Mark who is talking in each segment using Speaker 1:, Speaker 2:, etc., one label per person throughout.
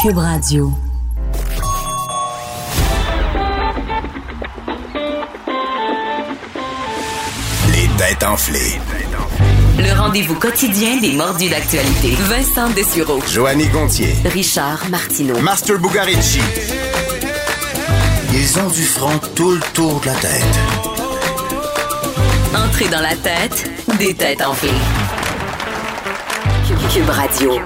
Speaker 1: Cube Radio.
Speaker 2: Les têtes enflées.
Speaker 1: Le rendez-vous quotidien des mordus d'actualité. Vincent Dessureau.
Speaker 2: Joanny Gontier.
Speaker 1: Richard Martineau.
Speaker 2: Master Bugarici. Ils ont du front tout le tour de la tête.
Speaker 1: Entrée dans la tête des têtes enflées. Cube, Cube Radio.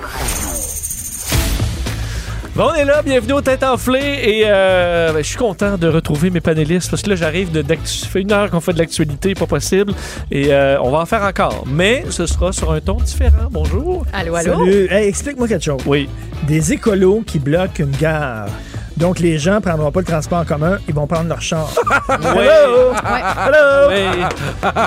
Speaker 3: Bon, on est là, bienvenue aux Têtes Enflées et euh, ben, je suis content de retrouver mes panélistes parce que là j'arrive de d'actu- ça fait une heure qu'on fait de l'actualité, pas possible et euh, on va en faire encore, mais ce sera sur un ton différent. Bonjour.
Speaker 4: Allô, allô?
Speaker 5: Salut. Hey, explique-moi quelque chose.
Speaker 3: Oui,
Speaker 5: Des écolos qui bloquent une gare. Donc, les gens prendront pas le transport en commun, ils vont prendre leur char.
Speaker 3: Ouais.
Speaker 5: Hello!
Speaker 3: mais,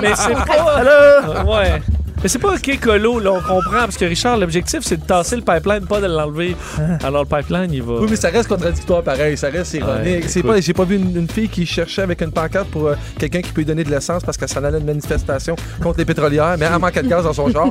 Speaker 3: mais c'est pas Hello. Ouais. Mais c'est pas OK écolo, là, on comprend parce que Richard l'objectif c'est de tasser le pipeline, pas de l'enlever.
Speaker 5: Ah.
Speaker 3: Alors le pipeline, il va
Speaker 6: Oui, mais ça reste contradictoire pareil, ça reste ironique.
Speaker 3: Ouais,
Speaker 6: c'est
Speaker 3: écoute.
Speaker 6: pas, j'ai pas vu une, une fille qui cherchait avec une pancarte pour euh, quelqu'un qui peut lui donner de l'essence parce qu'elle s'en allait à une manifestation contre les pétrolières, mais elle manquait de gaz dans son genre.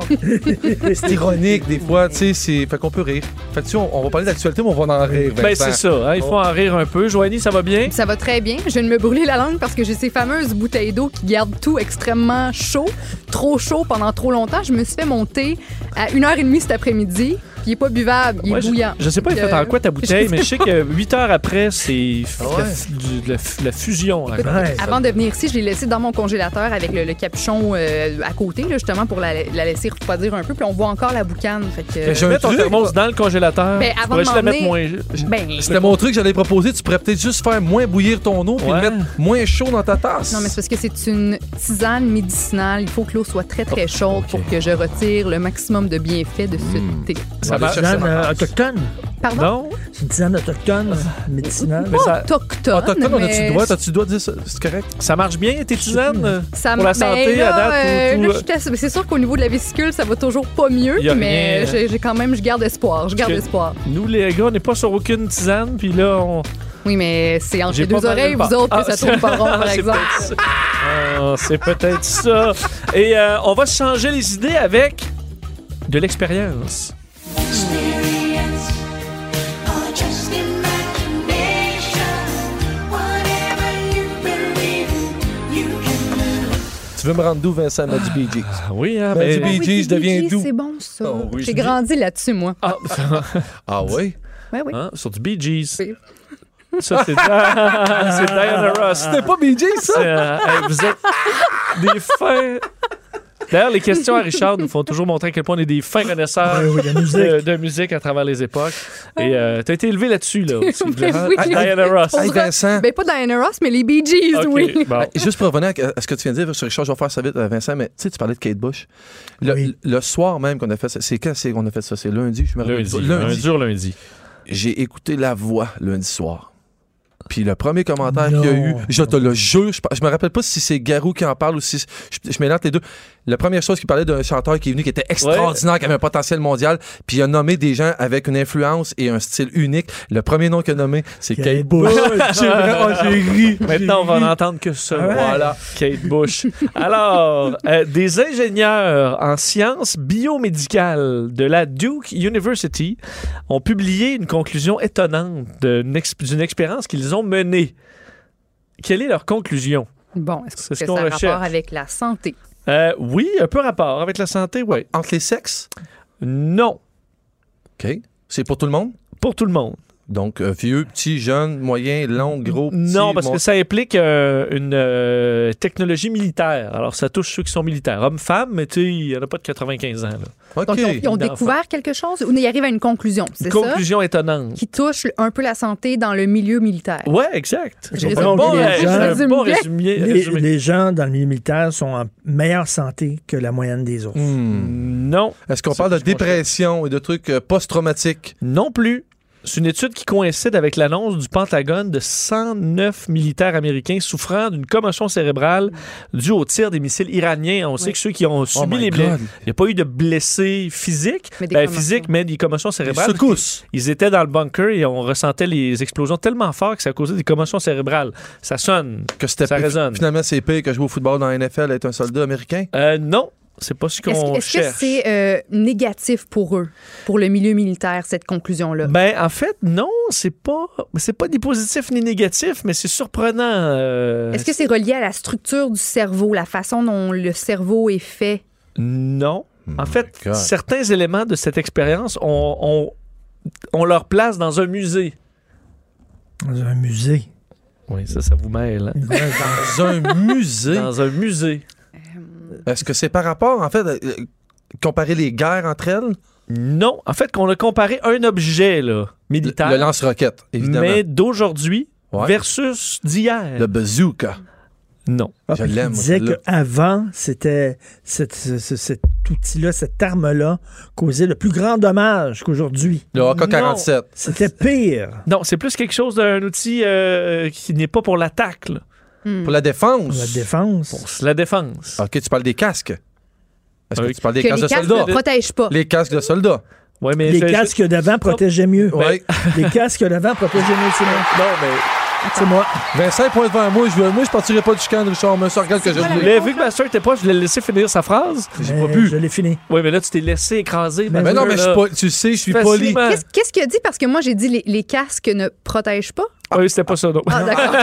Speaker 6: c'est ironique des fois, tu sais, c'est fait qu'on peut rire. Fait que, tu sais, on, on va parler d'actualité, mais on va en rire.
Speaker 3: Ben
Speaker 6: Vincent.
Speaker 3: c'est ça, hein, il faut
Speaker 5: Oh.
Speaker 3: en rire un peu. Joanie, ça va bien
Speaker 4: Ça va très bien. Je viens de me brûler la langue parce que j'ai ces fameuses bouteilles d'eau qui gardent tout extrêmement chaud, trop chaud pendant trop longtemps. Je me suis fait monter à 1h30 cet après-midi. puis Il est pas buvable, il est
Speaker 3: Ouais, je,
Speaker 4: bouillant.
Speaker 3: je sais pas, il fait
Speaker 4: Donc, euh,
Speaker 3: en quoi ta bouteille,
Speaker 4: je-
Speaker 3: mais je sais que 8 heures après, c'est f-
Speaker 6: Ah ouais.
Speaker 3: la f- du- de la, f- la fusion. là.
Speaker 4: Écoute,
Speaker 5: Ouais.
Speaker 4: Avant de venir ici, je l'ai laissé dans mon congélateur avec le, le capuchon euh, à côté, là, justement, pour la, la laisser refroidir un peu. Puis on voit encore la boucane. Fait
Speaker 6: Mais
Speaker 4: que,
Speaker 6: je-
Speaker 3: Tu mets
Speaker 6: un
Speaker 3: ton
Speaker 6: truc,
Speaker 3: thermos dans le congélateur.
Speaker 4: Ben,
Speaker 3: tu
Speaker 4: avant
Speaker 3: pourrais
Speaker 4: de
Speaker 3: juste la mettre moins.
Speaker 4: m'emmener- ben,
Speaker 6: C'était mon truc que j'allais proposer. Tu pourrais peut-être juste faire moins bouillir ton eau puis
Speaker 3: Ouais.
Speaker 6: le mettre moins chaud dans ta tasse.
Speaker 4: Non, mais c'est parce que c'est une tisane médicinale. Il faut que l'eau soit très, très
Speaker 3: Oh,
Speaker 4: chaude pour que je retire le maximum de bienfaits de ce thé.
Speaker 3: Ça
Speaker 6: Allez,
Speaker 3: va.
Speaker 6: cherche ça
Speaker 5: Tisane
Speaker 6: dans la
Speaker 5: euh,
Speaker 6: tasse.
Speaker 5: autochtone.
Speaker 4: Pardon?
Speaker 3: Non?
Speaker 5: C'est une tisane autochtone, médicinale.
Speaker 3: Mais ça,
Speaker 4: autochtone.
Speaker 6: Autochtone, on a-tu
Speaker 4: mais
Speaker 6: le droit? T'as-tu le droit de dire ça? C'est correct?
Speaker 3: ça marche bien, tes tisanes? euh,
Speaker 4: ça
Speaker 3: pour la
Speaker 4: ben
Speaker 3: santé,
Speaker 4: là,
Speaker 3: à date,
Speaker 4: euh,
Speaker 3: tout-
Speaker 4: là,
Speaker 3: tout,
Speaker 4: je suis assez- c'est sûr qu'au niveau de la vésicule, ça va toujours pas mieux,
Speaker 3: Y a
Speaker 4: mais
Speaker 3: rien. hein.
Speaker 4: j'ai j'ai quand même, je garde espoir. Je garde
Speaker 3: Parce que-
Speaker 4: espoir.
Speaker 3: Nous, les gars, on n'est pas sur aucune tisane, puis là, on.
Speaker 4: Oui, mais c'est entre
Speaker 3: J'ai
Speaker 4: les
Speaker 3: pas
Speaker 4: deux
Speaker 3: mal
Speaker 4: oreilles,
Speaker 3: le
Speaker 4: vous
Speaker 3: bas.
Speaker 4: autres, que
Speaker 3: Ah,
Speaker 4: ça tourne pas rond, par
Speaker 3: c'est
Speaker 4: exemple.
Speaker 3: peut-être ça. Ah, C'est peut-être ça. Et euh, on va se changer les idées avec de l'expérience.
Speaker 7: experience or just imagination. Whatever you believe in, you can do.
Speaker 6: Tu veux me rendre doux, Vincent, m'a dit BG.
Speaker 3: Ah oui, hein,
Speaker 6: Ben,
Speaker 3: ben-
Speaker 6: du bien. BG, je deviens
Speaker 4: BG,
Speaker 6: doux.
Speaker 4: C'est bon, ça.
Speaker 6: Oh, oui,
Speaker 4: j'ai
Speaker 6: je dis-
Speaker 4: grandi là-dessus, moi.
Speaker 3: Ah,
Speaker 6: Ah oui?
Speaker 4: Ouais, oui.
Speaker 3: hein, sur du Bee Gees.
Speaker 4: Oui.
Speaker 3: Ça, c'est c'est Diana Ross.
Speaker 6: C'était pas BG, ça?
Speaker 3: C'est, euh, hey, vous êtes des fins. D'ailleurs, les questions à Richard nous font toujours montrer à quel point on est des fins connaisseurs
Speaker 5: Ben oui, la musique.
Speaker 3: de, de musique à travers les époques. Et euh, t'as été élevé là-dessus, là. aussi.
Speaker 4: Ben oui.
Speaker 3: Ah, Diana Ross.
Speaker 4: Pour
Speaker 6: Hey,
Speaker 4: vrai-
Speaker 6: Vincent.
Speaker 4: Ben, pas Diana Ross, mais les Bee Gees,
Speaker 3: Ok,
Speaker 4: oui.
Speaker 3: bon.
Speaker 6: Hey, Euh, Juste pour revenir à à ce que tu viens de dire sur Richard, je vais faire ça vite, euh, Vincent, mais tu sais, tu parlais de Kate Bush. Le,
Speaker 5: Oui.
Speaker 6: le soir même qu'on a fait ça, c'est quand c'est qu'on a fait ça? C'est lundi, je me rappelle
Speaker 3: Lundi,
Speaker 6: pas.
Speaker 3: un dur lundi.
Speaker 6: J'ai écouté La Voix lundi soir. Puis le premier commentaire qu'il y a eu,
Speaker 5: Non.
Speaker 6: je te le jure, je, pa- je me rappelle pas si c'est Garou qui en parle ou si je, je mélange les deux. La première chose qu'il parlait d'un chanteur qui est venu qui était extraordinaire, qui avait un potentiel mondial, puis il a nommé des gens avec une influence et un style unique. Le premier nom qu'il a nommé, c'est
Speaker 5: Kate
Speaker 6: Kate Bush. Oh, J'ai vraiment- j'ai ri. Ah
Speaker 3: Maintenant, on va n'entendre que ça.
Speaker 5: Ouais.
Speaker 3: Voilà. Kate Bush. Alors, euh, des ingénieurs en sciences biomédicales de la Duke University ont publié une conclusion étonnante d'une exp- d'une expérience qu'ils ont menée. Quelle est leur conclusion?
Speaker 4: Bon, est-ce
Speaker 3: C'est
Speaker 4: que
Speaker 3: ce
Speaker 4: ça
Speaker 3: qu'on
Speaker 4: a
Speaker 3: recherche.
Speaker 4: rapport avec la santé?
Speaker 3: Euh, oui, un peu rapport avec la santé, oui.
Speaker 6: Entre les sexes?
Speaker 3: Non,
Speaker 6: OK. C'est pour tout le monde?
Speaker 3: pour tout le monde.
Speaker 6: Donc, euh, vieux, petit, jeune, moyen, long, gros, petit.
Speaker 3: Non, parce
Speaker 6: mon-
Speaker 3: que ça implique euh, une euh, technologie militaire. Alors, ça touche ceux qui sont militaires. Hommes, femmes, mais tu sais, il n'y en a pas de 95 ans. là.
Speaker 6: OK.
Speaker 4: Donc, ils ont- ils ont,
Speaker 3: D'enfant.
Speaker 4: découvert quelque chose ou ils arrivent à une conclusion, c'est ça?
Speaker 3: Conclusion étonnante.
Speaker 4: Qui touche un peu la santé dans le milieu militaire.
Speaker 3: Ouais, exact.
Speaker 4: Je
Speaker 3: un
Speaker 4: résume
Speaker 3: bon,
Speaker 5: bien.
Speaker 3: ré-
Speaker 5: Je
Speaker 3: un
Speaker 4: résume
Speaker 3: bon
Speaker 4: bien.
Speaker 3: résumé.
Speaker 5: Les,
Speaker 3: résumé.
Speaker 5: les gens dans le milieu militaire sont en meilleure santé que la moyenne des autres.
Speaker 6: Hmm.
Speaker 3: Non,
Speaker 6: Est-ce qu'on
Speaker 3: C'est
Speaker 6: parle de
Speaker 3: plus mon
Speaker 6: dépression et de trucs euh, post-traumatiques?
Speaker 3: non plus. C'est une étude qui coïncide avec l'annonce du Pentagone de 109 militaires américains souffrant d'une commotion cérébrale due au tir des missiles iraniens. On sait que ceux qui ont subi
Speaker 6: Oh my
Speaker 3: les
Speaker 6: God.
Speaker 3: blessures, il n'y a pas eu de blessés physiques,
Speaker 4: Mais des
Speaker 3: ben,
Speaker 4: commotions.
Speaker 3: physiques, mais des commotions
Speaker 6: Des
Speaker 3: cérébrales.
Speaker 6: secousses.
Speaker 3: Ils étaient dans le bunker et on ressentait les explosions tellement fort que ça causait des commotions cérébrales. Ça sonne.
Speaker 6: Que c'était
Speaker 3: Ça
Speaker 6: pire.
Speaker 3: résonne.
Speaker 6: Finalement, c'est pire que jouer au football dans la NFL et être un soldat américain.
Speaker 3: Euh, non, C'est pas ce
Speaker 4: Est-ce
Speaker 3: qu'on
Speaker 4: est-ce que
Speaker 3: cherche.
Speaker 4: c'est euh, négatif pour eux, pour le milieu militaire, cette conclusion-là?
Speaker 3: Ben, en fait, non, c'est pas, c'est pas ni positif ni négatif, mais c'est surprenant. euh,
Speaker 4: Est-ce que c'est relié à la structure du cerveau, la façon dont le cerveau est fait?
Speaker 3: Non. En fait,
Speaker 6: Oh God.
Speaker 3: certains éléments de cette expérience, on, on, on leur place dans un musée.
Speaker 5: Dans un musée.
Speaker 3: Oui, ça, ça vous mêle. hein.
Speaker 6: Dans un musée.
Speaker 3: Dans un musée.
Speaker 6: Est-ce que c'est par rapport, en fait, euh, euh, comparer les guerres entre elles?
Speaker 3: Non. En fait, qu'on a comparé un objet là,
Speaker 6: Le,
Speaker 3: militaire,
Speaker 6: le lance-roquette, évidemment.
Speaker 3: mais d'aujourd'hui
Speaker 6: Ouais.
Speaker 3: versus d'hier.
Speaker 6: Le bazooka.
Speaker 3: Non.
Speaker 5: Ah,
Speaker 6: Je
Speaker 5: puis
Speaker 6: l'aime,
Speaker 5: Il disait
Speaker 6: là.
Speaker 5: qu'avant, c'était cette- ce- ce- cet outil-là, cette arme-là, causait le plus grand dommage qu'aujourd'hui.
Speaker 6: Le AK-47.
Speaker 5: C'était pire.
Speaker 3: Non, c'est plus quelque chose d'un outil euh, qui n'est pas pour l'attaque, là.
Speaker 6: Pour la
Speaker 5: pour
Speaker 6: défense.
Speaker 5: La défense.
Speaker 3: pour la défense.
Speaker 6: OK, tu parles des casques. Est-ce que
Speaker 3: Ah Oui.
Speaker 6: tu parles des
Speaker 4: que
Speaker 6: casques
Speaker 4: les
Speaker 6: de
Speaker 4: casques ne
Speaker 6: soldats?
Speaker 4: protègent pas.
Speaker 6: Les casques de soldats.
Speaker 3: Ouais, mais
Speaker 5: les
Speaker 3: je- je-
Speaker 5: casques d'avant protégeaient mieux. Ben,
Speaker 6: Ouais.
Speaker 5: Les casques d'avant protégeaient mieux. C'est moi.
Speaker 3: Non, mais
Speaker 5: C'est moi.
Speaker 6: Vincent point devant moi, je veux moi, je partirai pas du camp de Richard Monsieur. Regarde que je
Speaker 4: quoi la- hein?
Speaker 6: voulais.
Speaker 3: le vu que Master était pas, je l'ai laissé finir sa phrase.
Speaker 6: J'ai
Speaker 5: Mais
Speaker 6: pas pu.
Speaker 5: Euh, Je l'ai fini.
Speaker 3: Oui, mais là, tu t'es laissé écraser.
Speaker 6: Mais non, mais je suis pas- tu sais, je suis poli.
Speaker 4: Qu'est-ce qu'est-ce qu'il a dit? Parce que moi, j'ai dit les, les casques ne protègent pas.
Speaker 3: Oui, c'était pas ça, non.
Speaker 4: Ah, d'accord.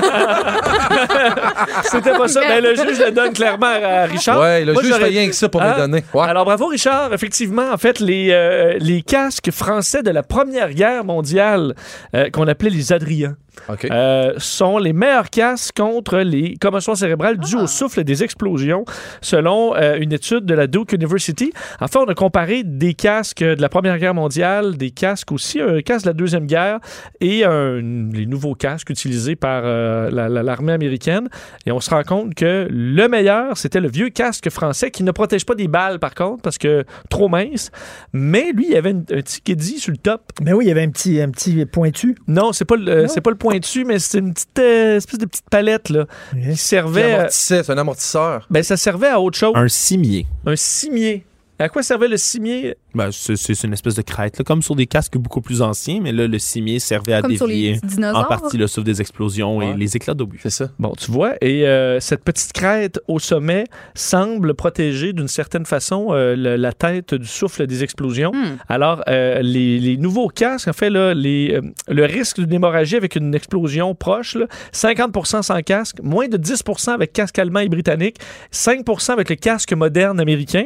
Speaker 3: C'était pas ça. Mais le juge le donne clairement à Richard.
Speaker 6: Ouais, le
Speaker 3: Moi,
Speaker 6: juge fait
Speaker 3: j'aurais-
Speaker 6: rien que ça pour
Speaker 3: Hein?
Speaker 6: me donner. Ouais.
Speaker 3: Alors bravo Richard, effectivement, en fait, les, euh, les casques français de la Première Guerre mondiale, euh, qu'on appelait les Adriens,
Speaker 6: OK.
Speaker 3: euh, sont les meilleurs casques contre les commotions cérébrales dues au souffle des explosions, selon euh, une étude de la Duke University. En fait, on a comparé des casques de la Première Guerre mondiale, des casques aussi, un casque de la Deuxième Guerre et un- les nouveaux casques utilisés par euh, la- la- l'armée américaine. Et on se rend compte que le meilleur, c'était le vieux casque français qui ne protège pas des balles, par contre, parce que trop mince. Mais lui, il avait une- un petit dit sur le top.
Speaker 5: Mais Ben oui, il y avait un petit, un petit pointu.
Speaker 3: Non, c'est pas le, euh,
Speaker 5: Non.
Speaker 3: c'est pas le pointu, mais c'est une petite euh, espèce de petite palette là qui
Speaker 6: Qui
Speaker 3: servait. à-
Speaker 6: amortissait, c'est un amortisseur.
Speaker 3: ben ça servait à autre chose.
Speaker 8: Un cimier.
Speaker 3: Un, cimier. À quoi servait le cimier
Speaker 8: Ben, c'est c'est une espèce de crête, là, comme sur des casques beaucoup plus anciens, mais là, le cimier servait à
Speaker 4: Comme sur les
Speaker 8: dévier
Speaker 4: petits
Speaker 8: en
Speaker 4: dinosaures.
Speaker 8: partie le souffle des explosions
Speaker 6: Ouais.
Speaker 8: et les éclats d'obus.
Speaker 6: C'est ça.
Speaker 3: Bon, tu vois, et euh, cette petite crête au sommet semble protéger d'une certaine façon euh, le- la tête du souffle des explosions.
Speaker 4: Hmm.
Speaker 3: Alors, euh, les, les nouveaux casques, en fait, là, les, euh, le risque d'une hémorragie avec une explosion proche, là, 50 sans casque, moins de 10 avec casque allemand et britannique, 5 avec le casque moderne américain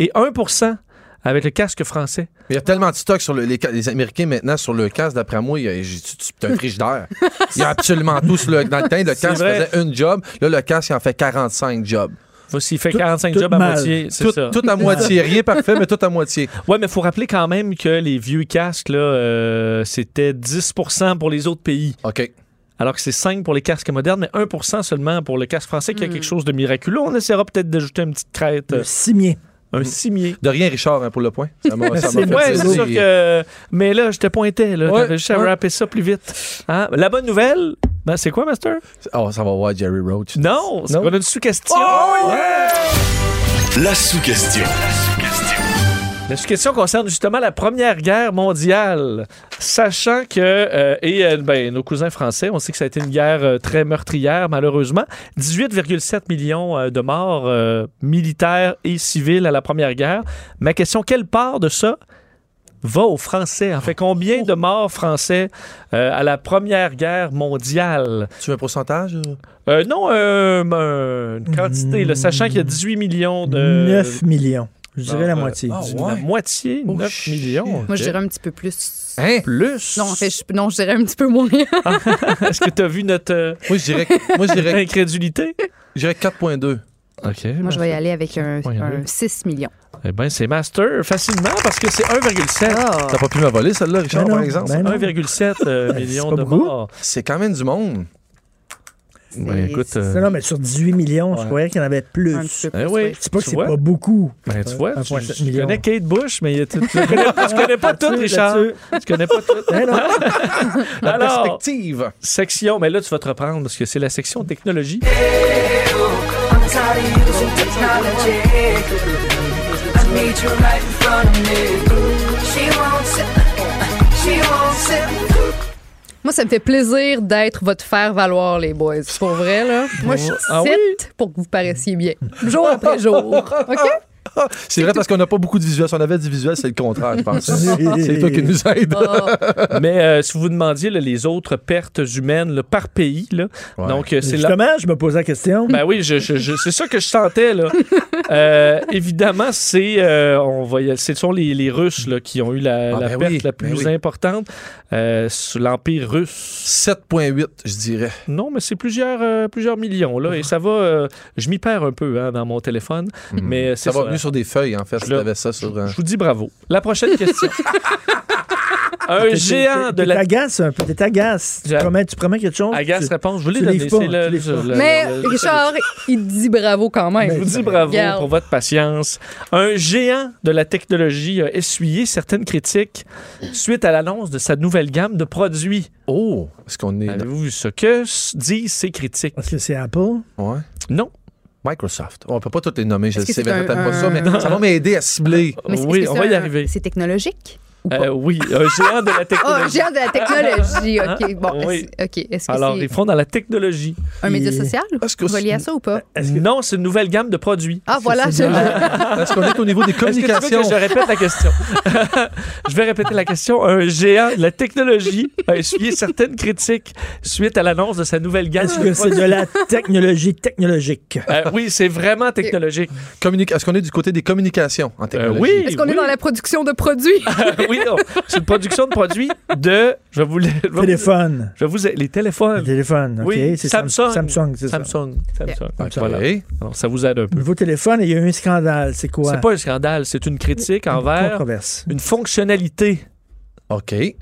Speaker 3: et 1 avec le casque français.
Speaker 6: Il y a tellement de stock sur le- les, ca- les Américains maintenant sur le casque, d'après moi, il y a- j'ai- tu- tu- t'as un frigidaire. Il y a absolument tout sur le, dans le temps. Le casque
Speaker 3: vrai.
Speaker 6: faisait une job. Là, le casque, il en fait 45 jobs.
Speaker 3: Voici, il fait
Speaker 5: Tout-
Speaker 3: 45
Speaker 5: tout
Speaker 3: jobs à
Speaker 5: mal.
Speaker 3: moitié. c'est
Speaker 6: Tout,
Speaker 3: ça.
Speaker 6: tout à moitié. Rien parfait, mais tout à moitié.
Speaker 3: Ouais, mais faut rappeler quand même que les vieux casques, là, euh, c'était 10 pour les autres pays.
Speaker 6: OK.
Speaker 3: Alors que c'est 5 pour les casques modernes, mais 1 seulement pour le casque français, qui a quelque chose de miraculeux. On essaiera peut-être d'ajouter une petite crête, euh,
Speaker 5: Le cimier.
Speaker 3: un cimier.
Speaker 6: De rien, Richard, hein, pour le point. Ça m'a Hmm. ça m'a
Speaker 5: C'est
Speaker 6: fait
Speaker 3: Ouais, c'est
Speaker 6: plaisir.
Speaker 3: sûr que. euh, Mais là, je te pointais, là.
Speaker 6: Ouais,
Speaker 3: T'avais juste à
Speaker 6: ouais.
Speaker 3: rapper ça plus vite. Hein? La bonne nouvelle, ben, c'est quoi, Master?
Speaker 6: Oh, ça va voir Jerry Roach.
Speaker 3: Non, c'est
Speaker 6: Non. Oh,
Speaker 3: qu'on a une sous-question.
Speaker 2: La sous-question.
Speaker 3: La sous-question concerne justement la Première Guerre mondiale. Sachant que, euh, et euh, ben, nos cousins français, on sait que ça a été une guerre euh, très meurtrière, malheureusement. 18,7 millions euh, de morts euh, militaires et civils à la Première Guerre. Ma question, quelle part de ça va aux Français? En fait, combien de morts français euh, à la Première Guerre mondiale?
Speaker 6: Tu veux un pourcentage? euh?
Speaker 3: Euh, non, euh, euh, une quantité, là, sachant qu'il y a 18 millions de...
Speaker 5: 9 millions. Je dirais la
Speaker 3: euh,
Speaker 5: moitié. Ben
Speaker 6: ah,
Speaker 5: Du-
Speaker 6: ouais.
Speaker 3: La moitié,
Speaker 6: Oh,
Speaker 3: 9
Speaker 6: shit.
Speaker 3: millions.
Speaker 4: Moi, je dirais un petit peu plus.
Speaker 6: Hein?
Speaker 3: Plus.
Speaker 4: Non, en fait, je, non, je dirais un petit peu moins.
Speaker 3: Est-ce que tu as vu notre euh,
Speaker 6: Moi, je dirais, moi, je dirais,
Speaker 3: incrédulité?
Speaker 6: je dirais 4,2.
Speaker 3: OK.
Speaker 4: Moi, je vais y aller avec un,
Speaker 3: Ouais,
Speaker 4: un
Speaker 3: ouais.
Speaker 4: 6 millions.
Speaker 3: Eh bien, c'est master facilement parce que c'est 1,7.
Speaker 6: T'as pas pu m'avoler, celle-là, Richard,
Speaker 5: Ben non,
Speaker 6: par exemple?
Speaker 5: ben Ah. non.
Speaker 3: 1,7 euh,
Speaker 5: Ben,
Speaker 3: millions
Speaker 5: c'est pas
Speaker 3: de
Speaker 5: beaucoup.
Speaker 3: morts.
Speaker 6: C'est quand même du monde.
Speaker 3: Ben, écoute, euh,
Speaker 5: Non, non, mais sur 18 millions,
Speaker 3: Ouais.
Speaker 5: je croyais qu'il y en avait plus.
Speaker 4: Un petit peu
Speaker 3: eh
Speaker 4: plus,
Speaker 3: oui.
Speaker 4: oui.
Speaker 5: C'est pas que
Speaker 3: Tu
Speaker 5: c'est
Speaker 3: vois?
Speaker 5: pas beaucoup.
Speaker 3: Ben, tu vois, tu,
Speaker 5: 1,7
Speaker 3: tu
Speaker 5: millions.
Speaker 3: connais Kate Bush, mais tu, tu connais, tu connais pas tout,
Speaker 5: Là-dessus,
Speaker 3: Richard.
Speaker 5: là-dessus.
Speaker 3: Tu connais pas tout.
Speaker 5: Eh non.
Speaker 6: La
Speaker 3: Alors,
Speaker 6: perspective.
Speaker 3: section, mais là, tu vas te reprendre parce que c'est la section technologie.
Speaker 4: Moi, ça me fait plaisir d'être votre faire-valoir, les boys. Pour vrai, là. Moi, je suis
Speaker 3: Ah oui?
Speaker 4: cite pour que vous paraissiez bien. Jour après jour. OK?
Speaker 6: C'est vrai parce qu'on n'a pas beaucoup de visuels. Si on avait du visuel, c'est le contraire, je pense. c'est toi qui nous aide.
Speaker 3: Mais euh, si vous demandiez là, les autres pertes humaines là, par pays, là, donc euh, c'est là.
Speaker 5: Justement, je me posais la question.
Speaker 3: Ben oui, je, je- je- c'est ça que je sentais là. Euh, évidemment, c'est euh, on va y- ce sont les, les Russes là, qui ont eu la,
Speaker 6: Ah,
Speaker 3: la
Speaker 6: ben
Speaker 3: perte
Speaker 6: oui,
Speaker 3: la
Speaker 6: ben
Speaker 3: plus
Speaker 6: oui.
Speaker 3: importante euh, sous l'empire russe.
Speaker 6: 7.8, je dirais.
Speaker 3: Non, mais c'est plusieurs euh, plusieurs millions là et ça va. euh, je m'y perds un peu hein, dans mon téléphone, mais euh, c'est
Speaker 6: Mhm. Hmm. Ça va
Speaker 3: ça.
Speaker 6: venu sur des feuilles, en fait, si
Speaker 3: Je-
Speaker 6: t'avais ça sur... euh, un-
Speaker 3: Je vous dis bravo. La prochaine question. un géant de la
Speaker 5: T'agaces un peu, t'es agace. Tu
Speaker 3: Ja-
Speaker 5: promets, tu promets quelque chose.
Speaker 3: agace
Speaker 5: tu-
Speaker 3: réponse. Je vous l'ai
Speaker 5: tu
Speaker 3: donné.
Speaker 5: livres pas,
Speaker 3: c'est le-
Speaker 5: tu livres
Speaker 3: le-
Speaker 4: Mais
Speaker 3: le- le-
Speaker 4: Richard, il dit bravo quand même.
Speaker 3: Je vous Euh, dis bravo
Speaker 4: Regarde.
Speaker 3: pour votre patience. Un géant de la technologie a essuyé certaines critiques suite à l'annonce de sa nouvelle gamme de produits.
Speaker 6: Oh! Est-ce qu'on est...
Speaker 3: Avez-vous vu ce que s- disent ces critiques?
Speaker 5: Parce que c'est Apple.
Speaker 6: Ouais.
Speaker 3: Non.
Speaker 6: Microsoft. On peut pas toutes les nommer, je le
Speaker 4: Est-ce que
Speaker 6: sais,
Speaker 4: c'est
Speaker 6: mais
Speaker 4: un-
Speaker 6: peut-être pas
Speaker 4: un-
Speaker 6: ça, mais ça va m'aider à cibler.
Speaker 4: Mais c'est-
Speaker 3: oui,
Speaker 4: est-ce que
Speaker 3: on
Speaker 4: c'est
Speaker 3: va y
Speaker 4: un-
Speaker 3: arriver.
Speaker 4: C'est technologique? ou
Speaker 3: Euh,
Speaker 4: pas?
Speaker 3: oui, un géant de la
Speaker 4: Ah,
Speaker 3: technologie.
Speaker 4: géant de la technologie, OK. Bon,
Speaker 3: Ah. Oui.
Speaker 4: est-ce- OK. Est-ce que
Speaker 3: Alors, ils
Speaker 4: c'est
Speaker 3: font dans la technologie.
Speaker 4: un média social
Speaker 6: Est-ce que c'est-
Speaker 4: relié à ça ou pas?
Speaker 5: Est-ce que-
Speaker 3: Non, c'est une nouvelle gamme de produits.
Speaker 4: Ah, voilà, je
Speaker 6: Est-ce qu'on est au niveau des
Speaker 3: Est-ce que tu veux
Speaker 6: communications?
Speaker 3: que je répète la question? je vais répéter la question. Un géant de la technologie a essuyé certaines critiques suite à l'annonce de sa nouvelle gamme.
Speaker 5: Est-ce
Speaker 3: de
Speaker 5: que c'est Ah, de
Speaker 3: produits.
Speaker 5: la technologie technologique?
Speaker 3: Euh, oui, c'est vraiment technologique.
Speaker 6: Communica- Est-ce qu'on est du côté des communications en
Speaker 3: Euh,
Speaker 6: technologie?
Speaker 3: oui.
Speaker 4: Est-ce qu'on
Speaker 3: oui. Ah,
Speaker 4: est dans la production de produits?
Speaker 3: oui, non. c'est une production de produits de. Je vais vous les. je vais vous-
Speaker 5: Téléphone.
Speaker 3: Je vais vous les
Speaker 5: Le
Speaker 3: téléphones.
Speaker 5: téléphone, OK.
Speaker 3: Ah. Oui,
Speaker 5: c'est
Speaker 3: Samsung.
Speaker 5: Samsung, c'est ça.
Speaker 3: Samsung. Samsung.
Speaker 6: OK.
Speaker 3: Voilà. Alors, ça vous aide un peu.
Speaker 5: Nouveau téléphone, et il y a eu un scandale. C'est quoi?
Speaker 3: C'est pas un scandale, c'est une critique envers
Speaker 5: Controverse.
Speaker 3: une fonctionnalité
Speaker 6: OK.
Speaker 3: bien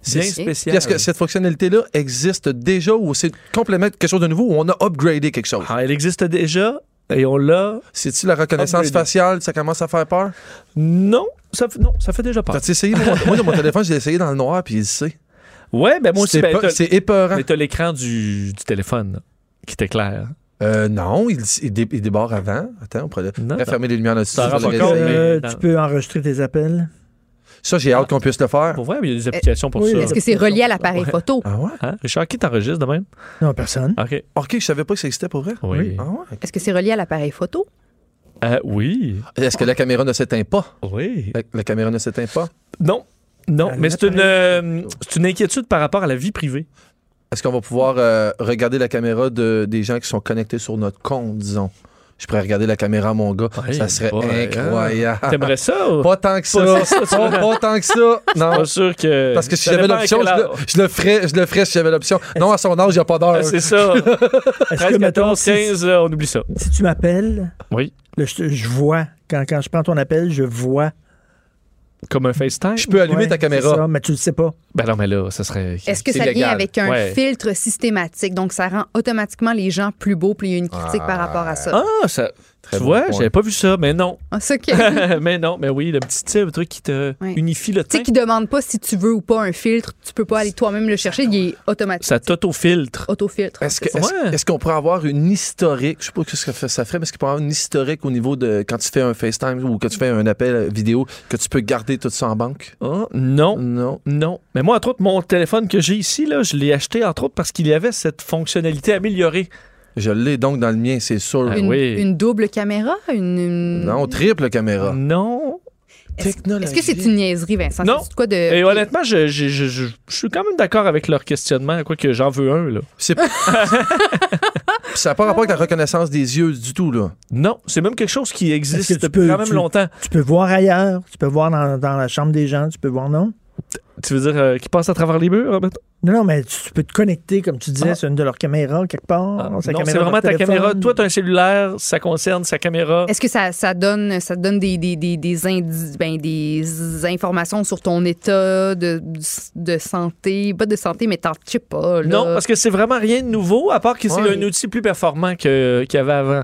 Speaker 6: C'est-
Speaker 3: spéciale.
Speaker 6: Est-ce que cette fonctionnalité-là existe déjà ou c'est complètement quelque chose de nouveau ou on a upgradé quelque chose?
Speaker 3: Ah, elle existe déjà et on l'a.
Speaker 6: C'est-tu la reconnaissance
Speaker 3: Upgradé.
Speaker 6: faciale? Ça commence à faire peur?
Speaker 3: Non, ça, f- non, ça fait déjà pas.
Speaker 6: T'as-tu essayé? Moi, moi, dans mon téléphone, j'ai essayé dans le noir puis il sait.
Speaker 3: Ouais, ben moi aussi,
Speaker 6: C'est
Speaker 3: ben,
Speaker 6: pas-
Speaker 3: t'as-
Speaker 6: c'est épeurant.
Speaker 3: mais t'as l'écran du, du téléphone là, qui t'éclaire.
Speaker 6: Euh, non, il, il, dé- il débarre avant. Attends, on pourrait
Speaker 3: Non, non.
Speaker 6: fermer les lumières là-dessus.
Speaker 3: Ça
Speaker 6: faudrait
Speaker 3: rend pas
Speaker 5: Euh,
Speaker 3: compte,
Speaker 6: l'essayer.
Speaker 3: mais dans-
Speaker 5: tu peux enregistrer tes appels.
Speaker 6: Ça, j'ai hâte qu'on puisse le faire.
Speaker 3: Pour vrai, il y a des applications pour
Speaker 5: oui,
Speaker 3: ça.
Speaker 5: est-ce
Speaker 4: Est-ce que c'est relié à l'appareil photo?
Speaker 6: Ah ouais?
Speaker 3: Hein? Richard, qui t'enregistre de même?
Speaker 5: Non, personne.
Speaker 3: OK.
Speaker 6: OK, je savais pas que ça existait pour vrai.
Speaker 3: Oui.
Speaker 6: Ah ouais?
Speaker 4: Est-ce que c'est relié à l'appareil photo?
Speaker 3: Euh, oui.
Speaker 6: Est-ce que la caméra ne s'éteint pas?
Speaker 3: Oui.
Speaker 6: La, la caméra ne s'éteint pas?
Speaker 3: Non. Non,
Speaker 5: Euh,
Speaker 3: mais c'est une, euh,
Speaker 5: l'appareil-
Speaker 3: c'est une inquiétude par rapport à la vie privée.
Speaker 6: Est-ce qu'on va pouvoir euh, regarder la caméra de, des gens qui sont connectés sur notre compte, disons? Je pourrais regarder la caméra à mon gars.
Speaker 3: Ouais,
Speaker 6: ça serait
Speaker 3: ouais,
Speaker 6: incroyable.
Speaker 3: T'aimerais ça? ou-
Speaker 6: Ah. Pas tant que ça.
Speaker 3: Pas
Speaker 6: Pas,
Speaker 3: ça, ça.
Speaker 6: pas tant que ça. Non.
Speaker 3: Pas sûr que.
Speaker 6: Parce que si
Speaker 3: Ça
Speaker 6: j'avais
Speaker 3: dépend à
Speaker 6: l'option,
Speaker 3: quel
Speaker 6: je le,
Speaker 3: âge.
Speaker 6: je le ferais, je le ferais si j'avais l'option. Non, à son âge, il n'y a pas d'heure.
Speaker 3: Ah, C'est ça. 13,
Speaker 5: mettons,
Speaker 3: 14,
Speaker 5: si-
Speaker 3: 15, euh, on oublie ça.
Speaker 5: Si tu m'appelles,
Speaker 3: Oui.
Speaker 5: là, je, te- je vois. Quand, quand je prends ton appel, je vois.
Speaker 3: Comme un FaceTime.
Speaker 6: Je peux allumer
Speaker 5: Ouais,
Speaker 6: ta
Speaker 5: c'est
Speaker 6: caméra.
Speaker 5: ça, mais tu le sais pas.
Speaker 3: Ben non, mais là, ça serait.
Speaker 4: Est-ce que
Speaker 6: C'est
Speaker 4: ça vient
Speaker 6: légal.
Speaker 4: avec un
Speaker 3: Ouais.
Speaker 4: filtre systématique? Donc, ça rend automatiquement les gens plus beaux, puis il y a une critique par rapport à ça.
Speaker 3: Ah, ça.
Speaker 6: Très
Speaker 3: tu
Speaker 6: bon
Speaker 3: vois,
Speaker 6: point.
Speaker 3: j'avais pas vu ça, mais non.
Speaker 4: Ah, ça qui- tu
Speaker 3: mais non, mais oui, le petit tu sais, le truc qui te
Speaker 4: Ouais.
Speaker 3: unifie le teint.
Speaker 4: sais, qui demande pas si tu veux ou pas un filtre, tu peux pas aller toi-même le chercher, il est automatique.
Speaker 3: Ça t'auto-filtre.
Speaker 4: Autofiltre.
Speaker 6: Est-ce que-
Speaker 3: C'est
Speaker 6: est-ce-
Speaker 3: vrai.
Speaker 6: est-ce qu'on pourrait avoir une historique? Je sais pas ce que ça- ça ferait, mais est-ce qu'on pourrait avoir une historique au niveau de quand tu fais un FaceTime ou que tu fais un appel vidéo, que tu peux garder tout ça en banque?
Speaker 3: Ah, non.
Speaker 6: Non.
Speaker 3: Non. Mais moi, entre autres, mon téléphone que j'ai ici, là, je l'ai acheté, entre autres, parce qu'il y avait cette fonctionnalité améliorée.
Speaker 6: Je l'ai donc dans le mien, c'est sûr.
Speaker 3: Ah
Speaker 4: Une,
Speaker 3: oui.
Speaker 4: une double caméra? Une, une-
Speaker 6: Non, triple caméra.
Speaker 3: Non.
Speaker 4: Est-ce-
Speaker 6: Technologie.
Speaker 4: Est-ce que c'est une niaiserie, Vincent?
Speaker 3: Non.
Speaker 4: C'est quoi de...
Speaker 3: Et honnêtement, je, je- je- je- je suis quand même d'accord avec leur questionnement, quoique j'en veux un, là.
Speaker 6: C'est- ça n'a pas rapport avec la reconnaissance des yeux du tout, là.
Speaker 3: Non, c'est même quelque chose qui existe
Speaker 5: Est-ce que tu
Speaker 3: depuis
Speaker 5: peux-
Speaker 3: quand même
Speaker 5: tu-
Speaker 3: longtemps.
Speaker 5: Tu peux voir ailleurs, tu peux voir dans, dans la chambre des gens, tu peux voir, non?
Speaker 3: Tu veux dire euh, qui passe à travers les murs, Robert?
Speaker 5: Non, non, mais tu, tu peux te connecter, comme tu disais, sur une de leurs caméras, quelque part.
Speaker 3: Ah, non,
Speaker 5: sa
Speaker 3: c'est
Speaker 5: caméra de
Speaker 3: vraiment ta
Speaker 5: téléphone.
Speaker 3: caméra. Toi, t'as un cellulaire, ça concerne sa caméra.
Speaker 4: Est-ce que ça, ça donne, ça donne des, des, des, des, indi- ben, des informations sur ton état de, de santé? Pas de santé, mais t'en je sais pas. Là.
Speaker 3: Non, parce que c'est vraiment rien de nouveau, à part que c'est
Speaker 6: Ouais.
Speaker 3: un outil plus performant que- qu'il y avait avant.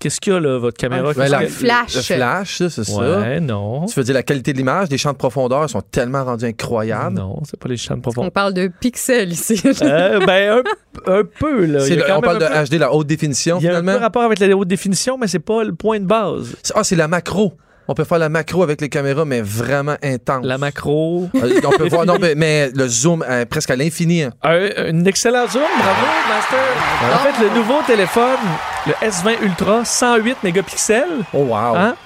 Speaker 3: Qu'est-ce qu'il y a, là, votre caméra?
Speaker 4: Un
Speaker 3: Qu'est-ce
Speaker 6: Ben, la-
Speaker 3: que-
Speaker 4: Le flash.
Speaker 6: Le flash, ça, c'est ça.
Speaker 3: Ouais, non.
Speaker 6: Tu veux dire la qualité de l'image, les champs de profondeur sont tellement rendus incroyables.
Speaker 3: Non, c'est pas les champs de
Speaker 4: On
Speaker 3: profondeur.
Speaker 4: parle de pixels ici.
Speaker 3: Euh, ben, un, un peu, là. Il
Speaker 6: C'est
Speaker 3: y a
Speaker 6: le-
Speaker 3: quand
Speaker 6: on
Speaker 3: même
Speaker 6: parle de
Speaker 3: un peu-
Speaker 6: HD, la haute définition,
Speaker 3: Il y a un peu
Speaker 6: finalement.
Speaker 3: rapport avec la haute définition, mais c'est pas le point de base.
Speaker 6: C'est- Ah, c'est la macro. On peut faire la macro avec les caméras, mais vraiment intense.
Speaker 3: La macro.
Speaker 6: Euh, on peut voir, non, mais, mais le zoom euh, presque à l'infini. hein.
Speaker 3: Un, un excellent zoom, bravo, Master. En fait, le nouveau téléphone, le S20 Ultra, 108 mégapixels,
Speaker 6: Oh, wow.
Speaker 3: hein,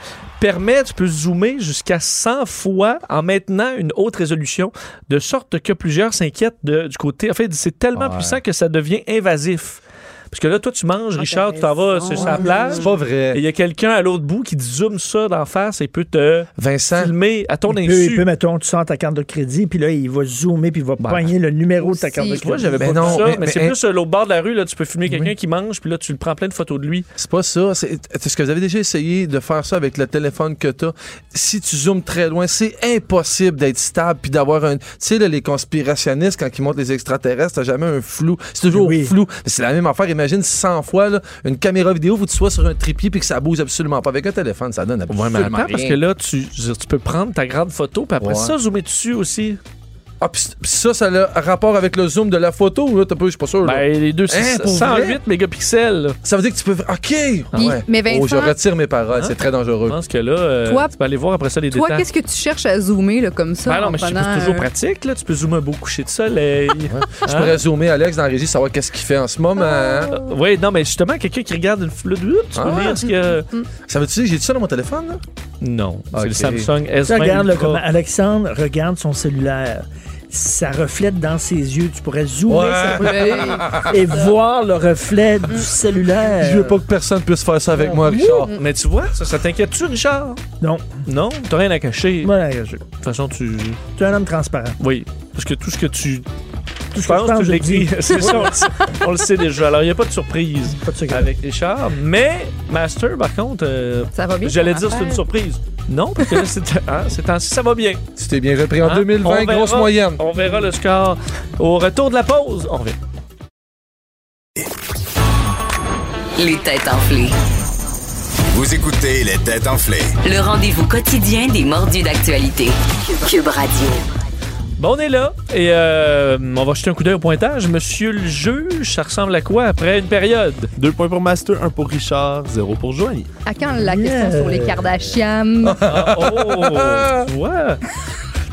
Speaker 3: permet, tu peux zoomer jusqu'à 100 fois en maintenant une haute résolution, de sorte que plusieurs s'inquiètent de- du côté. En fait, c'est tellement
Speaker 6: Ouais.
Speaker 3: puissant que ça devient invasif. Parce que là, toi, tu
Speaker 5: Ah,
Speaker 3: manges, Richard, tu t'en vas sur la plage.
Speaker 6: C'est pas
Speaker 3: Et
Speaker 6: vrai.
Speaker 3: il y a quelqu'un à l'autre bout qui te zoome ça d'en face et peut te
Speaker 6: Vincent,
Speaker 3: filmer à ton
Speaker 5: Hein? Il peut, il
Speaker 3: insu.
Speaker 5: peut, mettons, tu sors ta carte de crédit, puis là, il va zoomer, puis il va pogner le numéro de ta carte de crédit.
Speaker 4: Aussi.
Speaker 3: Tu vois, j'avais
Speaker 6: Ben
Speaker 3: pas
Speaker 6: non,
Speaker 3: vu ça, mais,
Speaker 6: mais-
Speaker 3: c'est
Speaker 6: mais-
Speaker 3: plus euh, l'autre bord de la rue, là, tu peux filmer quelqu'un qui mange, puis là, tu le prends plein de photos de lui.
Speaker 6: c'est pas ça. C'est- Est-ce que vous avez déjà essayé de faire ça avec le téléphone que t'as? Si tu zoomes très loin, c'est impossible d'être stable puis d'avoir un. Tu sais, là, les conspirationnistes, quand ils montrent les extraterrestres, t'as jamais un flou. C'est toujours
Speaker 5: Oui.
Speaker 6: flou. Mais C'est la même affaire. Imagine 100 fois là, une caméra vidéo où tu sois sur un tripier puis que ça bouge absolument pas. Avec un téléphone, ça donne absolument
Speaker 3: Absolument, parce
Speaker 6: rien.
Speaker 3: que là, tu, je veux dire, tu peux prendre ta grande photo, puis après
Speaker 6: Ouais.
Speaker 3: ça, zoomer dessus aussi.
Speaker 6: Ah, pis pis ça, ça a rapport avec le zoom de la photo, là, t'as pas, je suis pas sûr. là.
Speaker 3: Ben, les deux, c'est
Speaker 6: Hein, pour
Speaker 3: 108
Speaker 6: vrai?
Speaker 3: mégapixels. là.
Speaker 6: ça veut dire que tu peux. OK! Ah
Speaker 4: Puis- mais Vincent-
Speaker 6: oh, je retire mes paroles, c'est très
Speaker 3: Je
Speaker 6: dangereux.
Speaker 3: pense que là, euh,
Speaker 4: Toi-
Speaker 3: tu peux aller voir après ça les
Speaker 4: Toi,
Speaker 3: détails.
Speaker 4: qu'est-ce que tu cherches à zoomer là, comme ça?
Speaker 3: Ben non,
Speaker 4: en
Speaker 3: mais je sais pas,
Speaker 4: prenant euh,
Speaker 3: c'est toujours
Speaker 4: un-
Speaker 3: pratique. Là. Tu peux zoomer un beau coucher de soleil. Ah.
Speaker 6: Je pourrais zoomer Alex dans la régie, savoir qu'est-ce qu'il fait en ce moment. hein.
Speaker 3: oui, non, mais justement, quelqu'un qui regarde une flûte, tu peux
Speaker 6: Ah.
Speaker 3: lire ce que.
Speaker 6: Ça veut dire que j'ai dit ça dans mon téléphone, là?
Speaker 3: Non, c'est le
Speaker 6: Ok.
Speaker 3: Samsung
Speaker 5: Tu
Speaker 3: S20
Speaker 5: regardes là,
Speaker 3: Ultra.
Speaker 5: comment Alexandre regarde son cellulaire. Ça reflète dans ses yeux. Tu pourrais zoomer
Speaker 6: Ouais.
Speaker 5: ça
Speaker 4: Ben,
Speaker 5: et voir le reflet du cellulaire.
Speaker 6: Je veux pas que personne puisse faire ça
Speaker 3: Euh,
Speaker 6: avec moi, Richard.
Speaker 3: Mais tu vois, ça, ça t'inquiète-tu, Richard?
Speaker 5: Non.
Speaker 3: Non, t'as rien à cacher. De
Speaker 5: Voilà, je-
Speaker 3: toute façon, tu.
Speaker 5: Tu es un homme transparent.
Speaker 3: Oui. Parce que tout ce que tu
Speaker 5: Tout ce que
Speaker 3: penses,
Speaker 5: je pense,
Speaker 3: tu
Speaker 5: je le
Speaker 3: l'écris.
Speaker 5: dis.
Speaker 3: C'est ça, on le, sait, on le sait déjà. Alors, il n'y a pas de surprise
Speaker 5: Pas de secret.
Speaker 3: avec Richard. Mais, Master, par contre, euh,
Speaker 4: ça va bien.
Speaker 3: j'allais
Speaker 4: ton
Speaker 3: dire c'est une
Speaker 4: affaire.
Speaker 3: surprise. Non, parce que là, c'est hein, ces temps-ci, ça va bien.
Speaker 6: Tu t'es bien repris en
Speaker 3: Hein?
Speaker 6: 2020,
Speaker 3: On verra-
Speaker 6: grosse moyenne.
Speaker 3: On verra le score au retour de la pause. On revient.
Speaker 1: Les têtes enflées.
Speaker 2: Vous écoutez les têtes enflées.
Speaker 1: Le rendez-vous quotidien des mordus d'actualité. Cube Radio.
Speaker 3: Bon, on est là et euh, on va jeter un coup d'œil au pointage. Monsieur le juge, ça ressemble à quoi après une période?
Speaker 8: Deux points pour Master, un pour Richard, zéro pour Joanie.
Speaker 4: À quand la
Speaker 5: Yeah.
Speaker 4: question sur les Kardashian?
Speaker 3: Ah, oh, tu vois?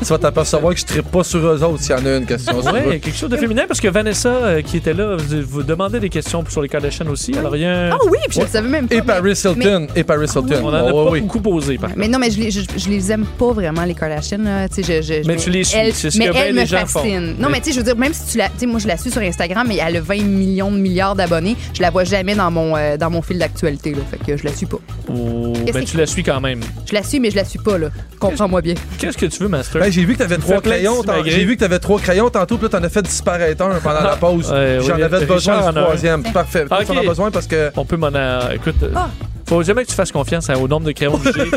Speaker 6: Tu vas t'apercevoir que je tripe pas sur eux autres s'il y en a une question. sur
Speaker 3: Ouais,
Speaker 6: eux.
Speaker 3: quelque chose de féminin parce que Vanessa euh, qui était là vous, vous demandait des questions sur les Kardashians aussi. Alors il y a un-
Speaker 4: Ah oui, puis je le savais même pas.
Speaker 6: Et
Speaker 4: mais-
Speaker 6: Paris Hilton. Et Paris Hilton.
Speaker 3: on en a pas
Speaker 6: Oh, oui, oui.
Speaker 3: beaucoup posé par
Speaker 4: Mais non, mais je les, je, je les aime pas vraiment, les Kardashians. là. Tu sais, je- je-
Speaker 3: Mais tu les suis, c'est ce
Speaker 4: mais
Speaker 3: que bien
Speaker 4: elles
Speaker 3: les
Speaker 4: me
Speaker 3: gens font.
Speaker 4: fascinent. Non,
Speaker 3: Mais-
Speaker 4: mais tu sais, je veux dire, même si tu la. Tu sais, moi, je la suis sur Instagram, mais elle a 20 millions de milliards d'abonnés. Je la vois jamais dans mon, euh, dans mon fil d'actualité, là. Fait que je la suis pas.
Speaker 3: Oh,
Speaker 4: Qu'est-ce
Speaker 3: ben,
Speaker 4: que-
Speaker 3: tu la suis quand même.
Speaker 4: Je la suis, mais je la suis pas, là. Comprends-moi bien.
Speaker 3: Qu'est-ce que tu veux, Master?
Speaker 6: Ben, j'ai vu que t'avais
Speaker 3: me
Speaker 6: trois
Speaker 3: fais plein de
Speaker 6: crayons.
Speaker 3: petits
Speaker 6: tant-
Speaker 3: magrets.
Speaker 6: J'ai vu que t'avais trois crayons tantôt, puis là, t'en as fait disparaître un pendant la pause.
Speaker 3: Ah. Ouais,
Speaker 6: J'en
Speaker 3: oui,
Speaker 6: avais besoin
Speaker 3: Richard
Speaker 6: du
Speaker 3: en a un.
Speaker 6: troisième. Parfait.
Speaker 3: Ah,
Speaker 6: Tu en as
Speaker 3: ok.
Speaker 6: besoin parce que.
Speaker 3: On peut m'en. euh, écoute, euh,
Speaker 4: Ah!
Speaker 3: faut jamais que tu fasses confiance hein, au nombre de crayons que j'ai.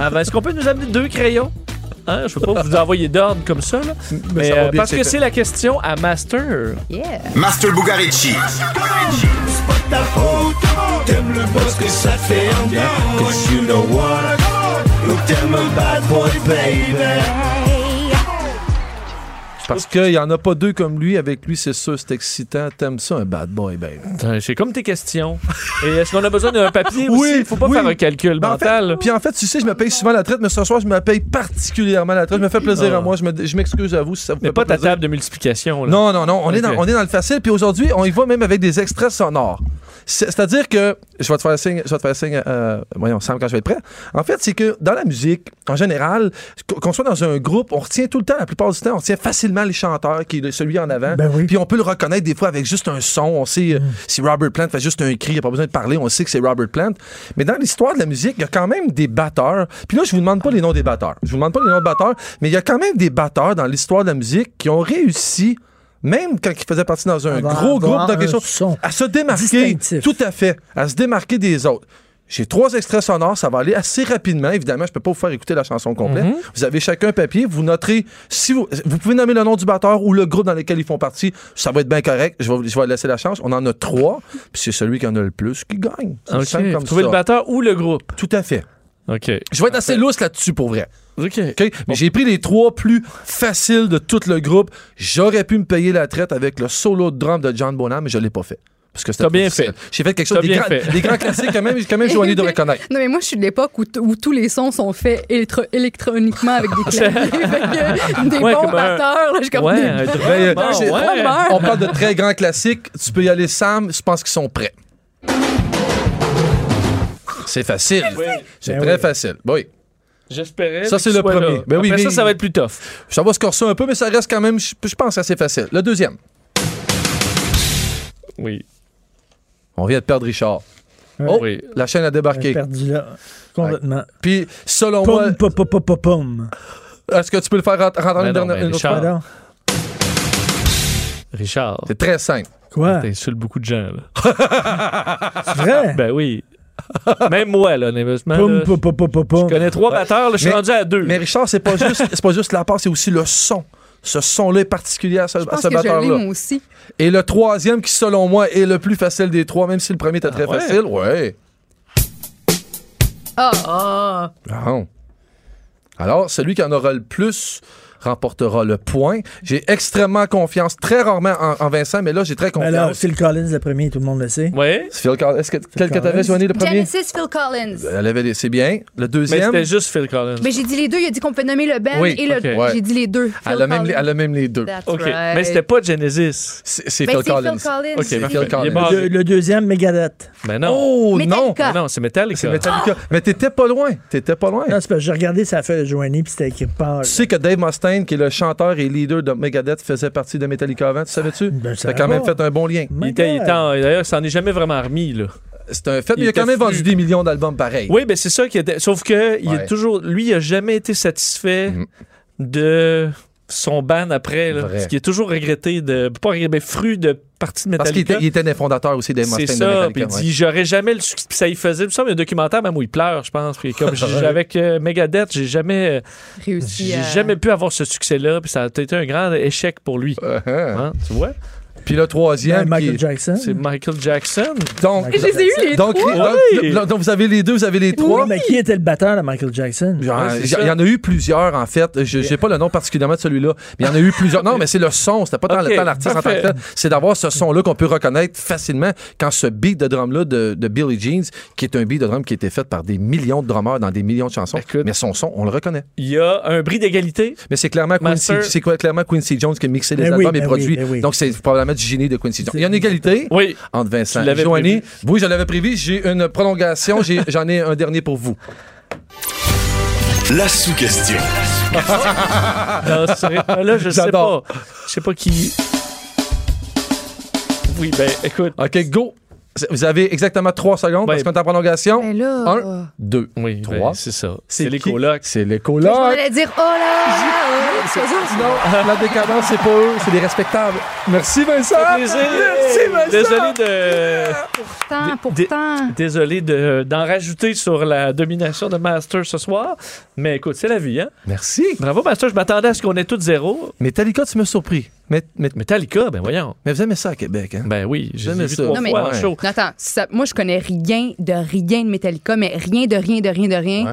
Speaker 3: Ah, ben, Est-ce qu'on peut nous amener deux crayons? Hein, je peux pas vous envoyer d'ordre comme ça, là. Mais,
Speaker 6: ça va
Speaker 3: euh,
Speaker 6: bien,
Speaker 3: parce
Speaker 6: c'est
Speaker 3: que
Speaker 6: fait.
Speaker 3: c'est la question à Master.
Speaker 4: Yeah.
Speaker 2: Master Bugarici.
Speaker 6: Parce qu'il n'y en a pas deux comme lui. Avec lui, c'est sûr, c'est excitant. T'aimes ça, un bad boy, baby.
Speaker 3: Putain, C'est ben, comme tes questions. Et est-ce qu'on a besoin d'un papier aussi?
Speaker 6: Oui,
Speaker 3: faut pas
Speaker 6: oui.
Speaker 3: faire un calcul
Speaker 6: Ben, en fait-
Speaker 3: mental.
Speaker 6: Puis en fait, tu sais, je me paye souvent la traite, mais ce soir, je me paye particulièrement la traite. Je me fais plaisir
Speaker 3: Ah.
Speaker 6: à moi. Je me- je m'excuse à vous si ça vous
Speaker 3: Mais
Speaker 6: fait
Speaker 3: pas ta
Speaker 6: plaisir.
Speaker 3: table de multiplication. Là.
Speaker 6: Non, non, non. On,
Speaker 3: Ok.
Speaker 6: est dans, on est dans le facile. Puis aujourd'hui, on y va même avec des extraits sonores. C'est- C'est-à-dire que, je vais te faire signe, je vais te faire signe, euh, voyons, Sam, quand je vais être prêt. En fait, c'est que dans la musique, en général, qu- qu'on soit dans un groupe, on retient tout le temps, la plupart du temps, on retient facilement les chanteurs, qui est le- celui en avant.
Speaker 5: Ben oui.
Speaker 6: Puis on peut le reconnaître des fois avec juste un son. On sait euh, si Robert Plant fait juste un cri, il n'y a pas besoin de parler, on sait que c'est Robert Plant. Mais dans l'histoire de la musique, il y a quand même des batteurs. Puis là, je vous demande pas les noms des batteurs. Je vous demande pas les noms de batteurs, mais il y a quand même des batteurs dans l'histoire de la musique qui ont réussi, même quand ils faisaient partie dans un
Speaker 5: Avoir-
Speaker 6: gros groupe, Ah,
Speaker 5: avoir
Speaker 6: dans quelque
Speaker 5: un
Speaker 6: chose,
Speaker 5: son
Speaker 6: à se démarquer.
Speaker 5: distinctif.
Speaker 6: Tout à fait. À se démarquer des autres. J'ai trois extraits sonores, ça va aller assez rapidement. Évidemment, je peux pas vous faire écouter la chanson complète.
Speaker 3: Mhm.
Speaker 6: Vous avez chacun un papier, vous noterez si vous, vous pouvez nommer le nom du batteur ou le groupe dans lequel ils font partie. Ça va être bien correct. Je vais, je vais laisser la chance. On en a trois, puis c'est celui qui en a le plus qui gagne. C'est
Speaker 3: Ok,
Speaker 6: simple
Speaker 3: faut
Speaker 6: comme
Speaker 3: trouver
Speaker 6: ça.
Speaker 3: le batteur ou le groupe.
Speaker 6: Tout à fait.
Speaker 3: OK.
Speaker 6: Je vais être assez lousse là-dessus pour vrai.
Speaker 3: OK.
Speaker 6: OK? Mais j'ai pris les trois plus faciles de tout le groupe. J'aurais pu me payer la traite avec le solo de drum de John Bonham, mais je l'ai pas fait. Parce que c'était
Speaker 3: T'as
Speaker 6: trop
Speaker 3: bien
Speaker 6: difficile.
Speaker 3: fait.
Speaker 6: J'ai fait quelque chose
Speaker 3: T'as
Speaker 6: des
Speaker 3: bien
Speaker 6: grands,
Speaker 3: fait.
Speaker 6: des grands classiques quand même, quand même Joanie devrait connaître.
Speaker 4: Non, mais moi, je suis de l'époque où, t- où tous les sons sont faits électro- électroniquement avec des claviers, fait que des
Speaker 3: Ouais,
Speaker 4: bons
Speaker 3: comme un-
Speaker 4: batteurs. là, je suis comme
Speaker 3: Ouais,
Speaker 4: des-
Speaker 3: un drum,
Speaker 6: Ben, euh,
Speaker 3: bon,
Speaker 6: j'ai-
Speaker 3: ouais.
Speaker 6: On parle de très grands classiques. Tu peux y aller, Sam. Je pense qu'ils sont prêts. C'est facile. C'est
Speaker 5: Ben
Speaker 6: très
Speaker 5: oui.
Speaker 6: facile. Oui.
Speaker 3: J'espérais.
Speaker 6: Ça,
Speaker 3: que
Speaker 6: c'est
Speaker 3: tu
Speaker 6: le
Speaker 3: sois
Speaker 6: premier.
Speaker 3: là.
Speaker 6: Ben oui,
Speaker 3: Après
Speaker 6: mais-
Speaker 3: ça, ça va être plus tough.
Speaker 6: Ça va se corser un peu, mais ça reste quand même, je je pense, assez facile. Le deuxième.
Speaker 3: Oui.
Speaker 6: On vient de perdre Richard.
Speaker 5: Ouais.
Speaker 6: Oh,
Speaker 3: Oui.
Speaker 6: la chaîne a débarqué.
Speaker 5: perdu là. Complètement.
Speaker 6: Puis, selon moi,
Speaker 5: Pum, pum, pum, pum, pum, pum.
Speaker 6: est-ce que tu peux le faire rent- rentrer
Speaker 3: Ben
Speaker 6: une,
Speaker 3: non,
Speaker 6: dernière,
Speaker 3: ben
Speaker 6: une autre
Speaker 3: Richard.
Speaker 6: fois?
Speaker 5: Pardon.
Speaker 3: Richard,
Speaker 6: C'est très simple.
Speaker 5: Quoi?
Speaker 3: t'insultes beaucoup de gens, là.
Speaker 5: C'est vrai?
Speaker 3: Ben oui. Même moi, là, nerveusement.
Speaker 5: Pum,
Speaker 3: là,
Speaker 5: pum, pum, pum, pum, pum.
Speaker 3: Je connais trois batteurs, là, je suis
Speaker 6: Mais-
Speaker 3: rendu à deux.
Speaker 6: Mais Richard, c'est pas juste, c'est pas juste la part, c'est aussi le son. Ce son-là est particulier à ce,
Speaker 4: Je
Speaker 6: à
Speaker 4: pense
Speaker 6: ce
Speaker 4: que je l'ai,
Speaker 6: batteur-là.
Speaker 4: moi aussi.
Speaker 6: Et le troisième, qui selon moi est le plus facile des trois, même si le premier était très
Speaker 3: ouais?
Speaker 6: facile, ouais.
Speaker 4: Ah, ah.
Speaker 6: Bon. Alors, celui qui en aura le plus remportera le point. J'ai extrêmement confiance, très rarement en, en Vincent, mais là, j'ai très
Speaker 5: Ben là,
Speaker 6: confiance.
Speaker 5: Phil Collins, le premier, tout le monde le sait.
Speaker 3: Ouais.
Speaker 6: Phil Collins, est-ce que quel que t'avais
Speaker 5: Collins.
Speaker 6: soigné le premier?
Speaker 4: Genesis, Phil Collins.
Speaker 6: Elle avait des- c'est bien. Le
Speaker 3: Mais
Speaker 6: deuxième,
Speaker 3: c'était juste Phil Collins.
Speaker 4: Mais j'ai dit les deux. Il a dit qu'on peut nommer le band
Speaker 6: Oui,
Speaker 4: et le.
Speaker 3: ok.
Speaker 6: Ouais.
Speaker 4: J'ai dit les deux.
Speaker 6: elle a, même les, elle a même les deux.
Speaker 4: That's
Speaker 3: OK.
Speaker 4: right.
Speaker 3: Mais c'était pas Genesis.
Speaker 6: C'est c'est
Speaker 4: Ben,
Speaker 6: Phil
Speaker 4: c'est
Speaker 6: Collins.
Speaker 4: Phil Collins.
Speaker 3: OK, parfait.
Speaker 6: Phil
Speaker 3: Il est
Speaker 6: Collins.
Speaker 3: barré.
Speaker 5: Le, le deuxième, Megadeth.
Speaker 3: Ben non.
Speaker 6: Oh non!
Speaker 4: Metallica.
Speaker 3: Ben non, c'est Metallica.
Speaker 6: C'est Metallica. Mais t'étais pas loin. T'étais pas loin.
Speaker 5: Non, c'est parce que j'ai regardé ça fait Joanie, puis c'était écrit par.
Speaker 6: Tu sais que Dave Mustaine, qui est le chanteur et leader de Megadeth, faisait partie de Metallica avant, tu savais-tu?
Speaker 5: Ben, je
Speaker 6: T'as
Speaker 5: savais
Speaker 6: quand même
Speaker 5: pas.
Speaker 6: fait un bon lien.
Speaker 3: Il
Speaker 5: My
Speaker 3: était, il
Speaker 5: God.
Speaker 3: était
Speaker 6: Oh
Speaker 3: en- D'ailleurs, ça s'en est jamais vraiment remis, là.
Speaker 6: C'est un fait,
Speaker 3: Il
Speaker 6: mais il a
Speaker 3: était
Speaker 6: quand même
Speaker 3: fou.
Speaker 6: vendu des millions d'albums pareils.
Speaker 3: Oui, ben c'est ça qui était. Sauf que il a
Speaker 6: Ouais.
Speaker 3: toujours, lui, il a jamais été satisfait
Speaker 6: Mhm.
Speaker 3: de son ban après, là,
Speaker 6: Vrai.
Speaker 3: ce qui est toujours regretté de pas regretté, mais fruit de partie de
Speaker 6: Parce qu'il
Speaker 3: Metallica.
Speaker 6: était, il était un des fondateurs aussi Dave
Speaker 3: c'est
Speaker 6: Mustaine de
Speaker 3: ça, puis
Speaker 6: Metallica.
Speaker 3: il dit j'aurais jamais le succès, puis ça y faisait, il me semble, il y a un documentaire même où il pleure, je pense, puis comme j'ai- avec euh, Megadeth, j'ai jamais, euh,
Speaker 4: Réussi. euh,
Speaker 3: j'ai
Speaker 4: à-
Speaker 3: jamais pu avoir ce succès-là, puis ça a été un grand échec pour lui,
Speaker 6: ouais. Uh-huh.
Speaker 3: Hein, tu vois
Speaker 6: Puis le
Speaker 5: Ben,
Speaker 6: troisième,
Speaker 5: Michael
Speaker 6: qui-
Speaker 5: Jackson.
Speaker 3: C'est Michael Jackson.
Speaker 6: donc,
Speaker 4: Je les ai eu, les
Speaker 6: donc,
Speaker 4: trois.
Speaker 6: donc-
Speaker 3: Oui.
Speaker 6: donc- donc vous avez les deux, vous avez les trois.
Speaker 5: Oui, mais qui était le batteur de Michael Jackson?
Speaker 6: Il y en-
Speaker 3: Ouais, c'est
Speaker 6: il y,
Speaker 3: ça.
Speaker 6: en a eu plusieurs, en fait. Je n'ai pas le nom particulièrement de celui-là, mais il y en a eu plusieurs. Non, mais c'est le son. C'était pas tant
Speaker 3: Ok,
Speaker 6: le temps l'artiste en tant que
Speaker 3: parfait.
Speaker 6: tel. C'est d'avoir ce son-là qu'on peut reconnaître facilement quand ce beat de drum-là de, de Billy Jeans, qui est un beat de drum qui a été fait par des millions de drummers dans des millions de chansons,
Speaker 3: Ben, Écoute.
Speaker 6: mais son son, on le reconnaît.
Speaker 3: Il y a un bris d'égalité.
Speaker 6: Mais c'est clairement, Quincy,
Speaker 3: Master-
Speaker 6: c'est quoi, clairement Quincy Jones qui a mixé les
Speaker 5: Ben oui,
Speaker 6: albums et
Speaker 5: ben
Speaker 6: produits.
Speaker 5: oui, ben oui.
Speaker 6: Donc, c'est probablement du génie de Quincy Jones. Il y a une égalité
Speaker 3: Oui.
Speaker 6: entre Vincent
Speaker 3: Tu
Speaker 6: et
Speaker 3: l'avais
Speaker 6: Joanie. Oui, je l'avais prévu. J'ai une prolongation. J'ai- J'en ai, un dernier pour vous.
Speaker 2: La sous-question.
Speaker 3: Dans ce rythme-là, je sais pas.
Speaker 6: J'adore.
Speaker 3: Je sais pas qui. Oui, ben écoute.
Speaker 6: OK, go. Vous avez exactement trois secondes
Speaker 3: Ouais.
Speaker 6: parce qu'on est en prolongation.
Speaker 4: Mais là.
Speaker 6: Un. Deux.
Speaker 3: Oui, ben,
Speaker 6: Trois.
Speaker 3: c'est ça.
Speaker 6: C'est
Speaker 3: C'est les
Speaker 6: qui?
Speaker 3: colocs.
Speaker 6: C'est les
Speaker 4: Mais
Speaker 6: colocs.
Speaker 4: je m'en allais dire oh là. oh,
Speaker 6: C'est- Non, la décadence, c'est pas eux, c'est des respectables. Merci Vincent.
Speaker 3: Plaisir.
Speaker 6: Merci Vincent.
Speaker 3: Ah, Désolé de.
Speaker 4: Pourtant,
Speaker 3: Des-
Speaker 4: pourtant.
Speaker 3: Désolé de- d'en rajouter sur la domination de Master ce soir, mais écoute, c'est la vie, hein?
Speaker 6: Merci.
Speaker 3: Bravo, Master, je m'attendais à ce qu'on ait tout zéro.
Speaker 6: Metallica, tu m'as surpris. Mais, mais,
Speaker 3: Metallica, ben voyons.
Speaker 6: mais vous aimez ça à Québec, hein?
Speaker 3: Ben oui, j'ai
Speaker 6: J'aimais
Speaker 3: vu
Speaker 6: ça.
Speaker 3: trois
Speaker 4: Non, mais-
Speaker 3: fois en
Speaker 6: Ouais.
Speaker 3: show.
Speaker 4: Non, attends, ça- moi je connais rien de rien de Metallica, mais rien de rien de rien de rien.
Speaker 6: Ouais.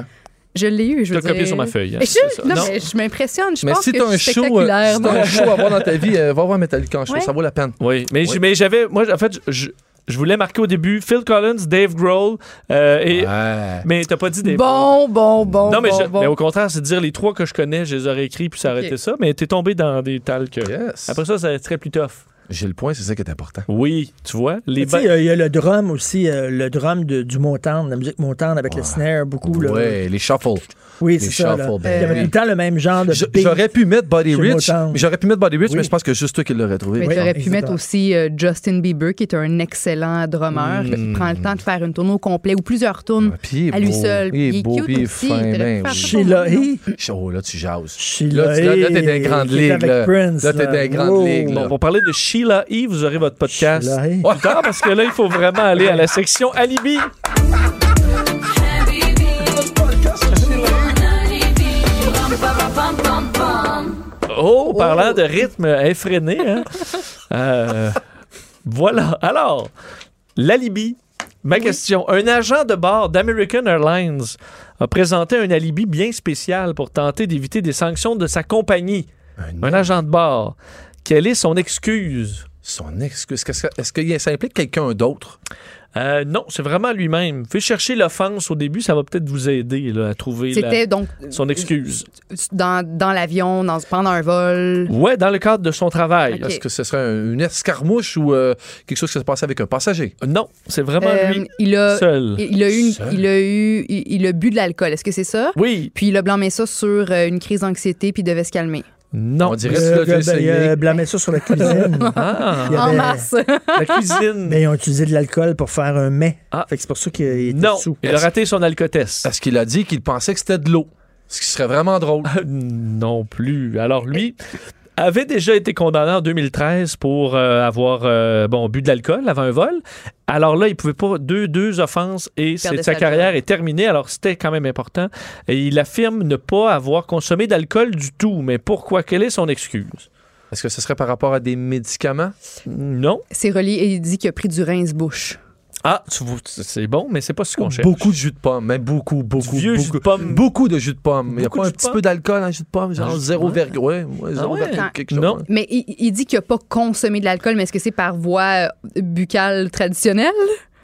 Speaker 4: Je l'ai eu, je
Speaker 3: Je
Speaker 4: veux
Speaker 3: l'ai copié
Speaker 4: dire.
Speaker 3: sur ma feuille. hein,
Speaker 4: Mais
Speaker 3: c'est ça.
Speaker 4: je, non, mais je m'impressionne. Je
Speaker 6: mais
Speaker 4: pense
Speaker 6: si
Speaker 4: que
Speaker 6: t'as
Speaker 4: je
Speaker 6: un
Speaker 4: suis
Speaker 6: show, euh,
Speaker 4: spectaculaire.
Speaker 6: si
Speaker 4: moi.
Speaker 6: t'as un show à voir dans ta vie, euh, va voir Metallica en show,
Speaker 4: Ouais.
Speaker 6: ça vaut la peine.
Speaker 3: Oui, mais
Speaker 6: Ouais.
Speaker 3: j'- mais j'avais. Moi, en fait, je, je voulais marquer au début Phil Collins, Dave Grohl, euh, et,
Speaker 6: Ouais.
Speaker 3: mais t'as pas dit Dave Grohl.
Speaker 4: Bon, bon, bon.
Speaker 3: Non, mais,
Speaker 4: bon,
Speaker 3: je-
Speaker 4: bon.
Speaker 3: mais au contraire, c'est de dire les trois que je connais, je les aurais écrits, puis ça
Speaker 4: Ok.
Speaker 3: arrêtait ça, mais t'es tombé dans des tales que.
Speaker 6: Yes.
Speaker 3: Après ça, ça serait plus tough.
Speaker 6: J'ai le point, c'est ça qui est important.
Speaker 3: Oui, tu euh, vois, les
Speaker 5: Tu sais,
Speaker 3: ba-
Speaker 5: Il y a- il y a le drum aussi, euh, le drum de- du Motown, de la musique Motown avec le snare, beaucoup. là.
Speaker 6: Ouais, les shuffles.
Speaker 5: Oui,
Speaker 6: Les
Speaker 5: c'est ça. là.
Speaker 6: shuffles,
Speaker 5: Il
Speaker 6: ben
Speaker 5: y avait
Speaker 6: oui.
Speaker 5: tout le temps le même genre de
Speaker 6: Je-
Speaker 5: beat.
Speaker 6: J'aurais pu mettre Body
Speaker 5: Chez
Speaker 6: Rich.
Speaker 5: Motown.
Speaker 6: J'aurais pu mettre Body Rich,
Speaker 5: Oui.
Speaker 6: mais je pense que juste toi qui l'aurais trouvé.
Speaker 4: Mais
Speaker 5: Oui,
Speaker 4: t'aurais pu
Speaker 5: exactement.
Speaker 4: mettre aussi euh, Justin Bieber, qui est un excellent
Speaker 6: Mm.
Speaker 4: drummer, qui prend le temps de faire une tournée au complet ou plusieurs tournes.
Speaker 6: Ah, Puis il est
Speaker 4: Mm. À lui
Speaker 6: beau.
Speaker 4: seul,
Speaker 6: Il
Speaker 4: puis il
Speaker 6: est
Speaker 4: est
Speaker 6: beau,
Speaker 4: cute
Speaker 6: puis il est
Speaker 4: aussi,
Speaker 6: fin.
Speaker 4: t'aurais
Speaker 6: Ben,
Speaker 4: pu faire
Speaker 6: oui.
Speaker 5: Sheila Hey.
Speaker 6: Oh, là, tu jases.
Speaker 5: Sheila
Speaker 6: Là, tu- là, là, t'es dans les
Speaker 5: Hey,
Speaker 6: grandes
Speaker 5: qui était
Speaker 6: ligues,
Speaker 5: avec
Speaker 6: là.
Speaker 5: Prince,
Speaker 6: Là, t'es dans les grandes
Speaker 5: Wow.
Speaker 6: ligues, là.
Speaker 3: Bon, pour parler de Sheila E, vous aurez votre podcast.
Speaker 5: Sheila E.
Speaker 3: plus tard, parce que là, il faut vraiment aller à la section Alibi. Oh, parlant de rythme effréné. hein. Euh, voilà. Alors, l'alibi. Ma question. Un agent de bord d'American Airlines a présenté un alibi bien spécial pour tenter d'éviter des sanctions de sa compagnie. Un agent de bord. Quelle est son excuse?
Speaker 6: Son excuse. Est-ce que- est-ce que ça implique quelqu'un d'autre?
Speaker 3: Euh, non, c'est vraiment lui-même. Faites chercher l'offense au début, ça va peut-être vous aider là, à trouver la-
Speaker 4: C'était donc
Speaker 3: son excuse.
Speaker 4: dans, dans l'avion, dans, pendant un vol.
Speaker 3: Ouais, dans le cadre de son travail.
Speaker 4: Ok.
Speaker 6: Est-ce que ce serait un- une escarmouche ou euh, quelque chose qui s'est passé avec un passager?
Speaker 3: Non, c'est vraiment
Speaker 4: Euh,
Speaker 3: lui
Speaker 4: il a
Speaker 3: seul.
Speaker 4: il a eu une-
Speaker 6: Seul.
Speaker 4: il a eu il, il a bu de l'alcool. Est-ce que c'est ça
Speaker 3: Oui,
Speaker 4: Puis il a blâmé ça sur euh, une crise d'anxiété puis il devait se calmer.
Speaker 3: non.
Speaker 6: On dirait- Reste là,
Speaker 5: Euh,
Speaker 6: fais
Speaker 5: ben,
Speaker 6: essayer.
Speaker 5: Il a blâmé ça sur la cuisine.
Speaker 3: Ah,
Speaker 5: Il y
Speaker 4: En
Speaker 5: avait-
Speaker 4: mars.
Speaker 3: la cuisine.
Speaker 5: Mais ils ont utilisé de l'alcool pour faire un mets.
Speaker 3: Ah.
Speaker 5: Fait que c'est pour ça qu'il était
Speaker 3: non,
Speaker 5: sous.
Speaker 3: il a raté son alcotesse.
Speaker 6: Est-ce qu'il a dit qu'il pensait que c'était de l'eau? Ce qui serait vraiment drôle.
Speaker 3: non plus. Alors lui avait déjà été condamné en 2013 pour euh, avoir euh, bon bu de l'alcool avant un vol. Alors là, il pouvait pas deux deux offenses et
Speaker 4: perdait
Speaker 3: c'est- sa
Speaker 4: sa
Speaker 3: carrière est terminée. Alors c'était quand même important. Et il affirme ne pas avoir consommé d'alcool du tout. Mais pourquoi Quelle est son excuse
Speaker 6: Est-ce que ce serait par rapport à des médicaments?
Speaker 3: Non.
Speaker 4: C'est relié et il dit qu'il a pris du rince bouche.
Speaker 3: Ah, tu vois, c'est bon, mais c'est pas ce qu'on cherche.
Speaker 6: Beaucoup de jus de pomme, mais beaucoup, beaucoup,
Speaker 3: vieux jus
Speaker 6: beaucoup.
Speaker 3: de pomme.
Speaker 6: Beaucoup de jus de pomme. Il n'y a
Speaker 3: Beaucoup
Speaker 6: pas
Speaker 3: de
Speaker 6: un
Speaker 3: jus de
Speaker 6: petit
Speaker 3: pomme.
Speaker 6: peu d'alcool en jus de pomme, genre
Speaker 3: Ah,
Speaker 6: 0,
Speaker 3: ouais.
Speaker 6: ouais, ouais,
Speaker 3: Ah
Speaker 6: 0,
Speaker 3: ouais.
Speaker 6: quelque chose.
Speaker 3: Non.
Speaker 4: Mais il, il dit qu'il a pas consommé de l'alcool, mais est-ce que c'est par voie euh, buccale traditionnelle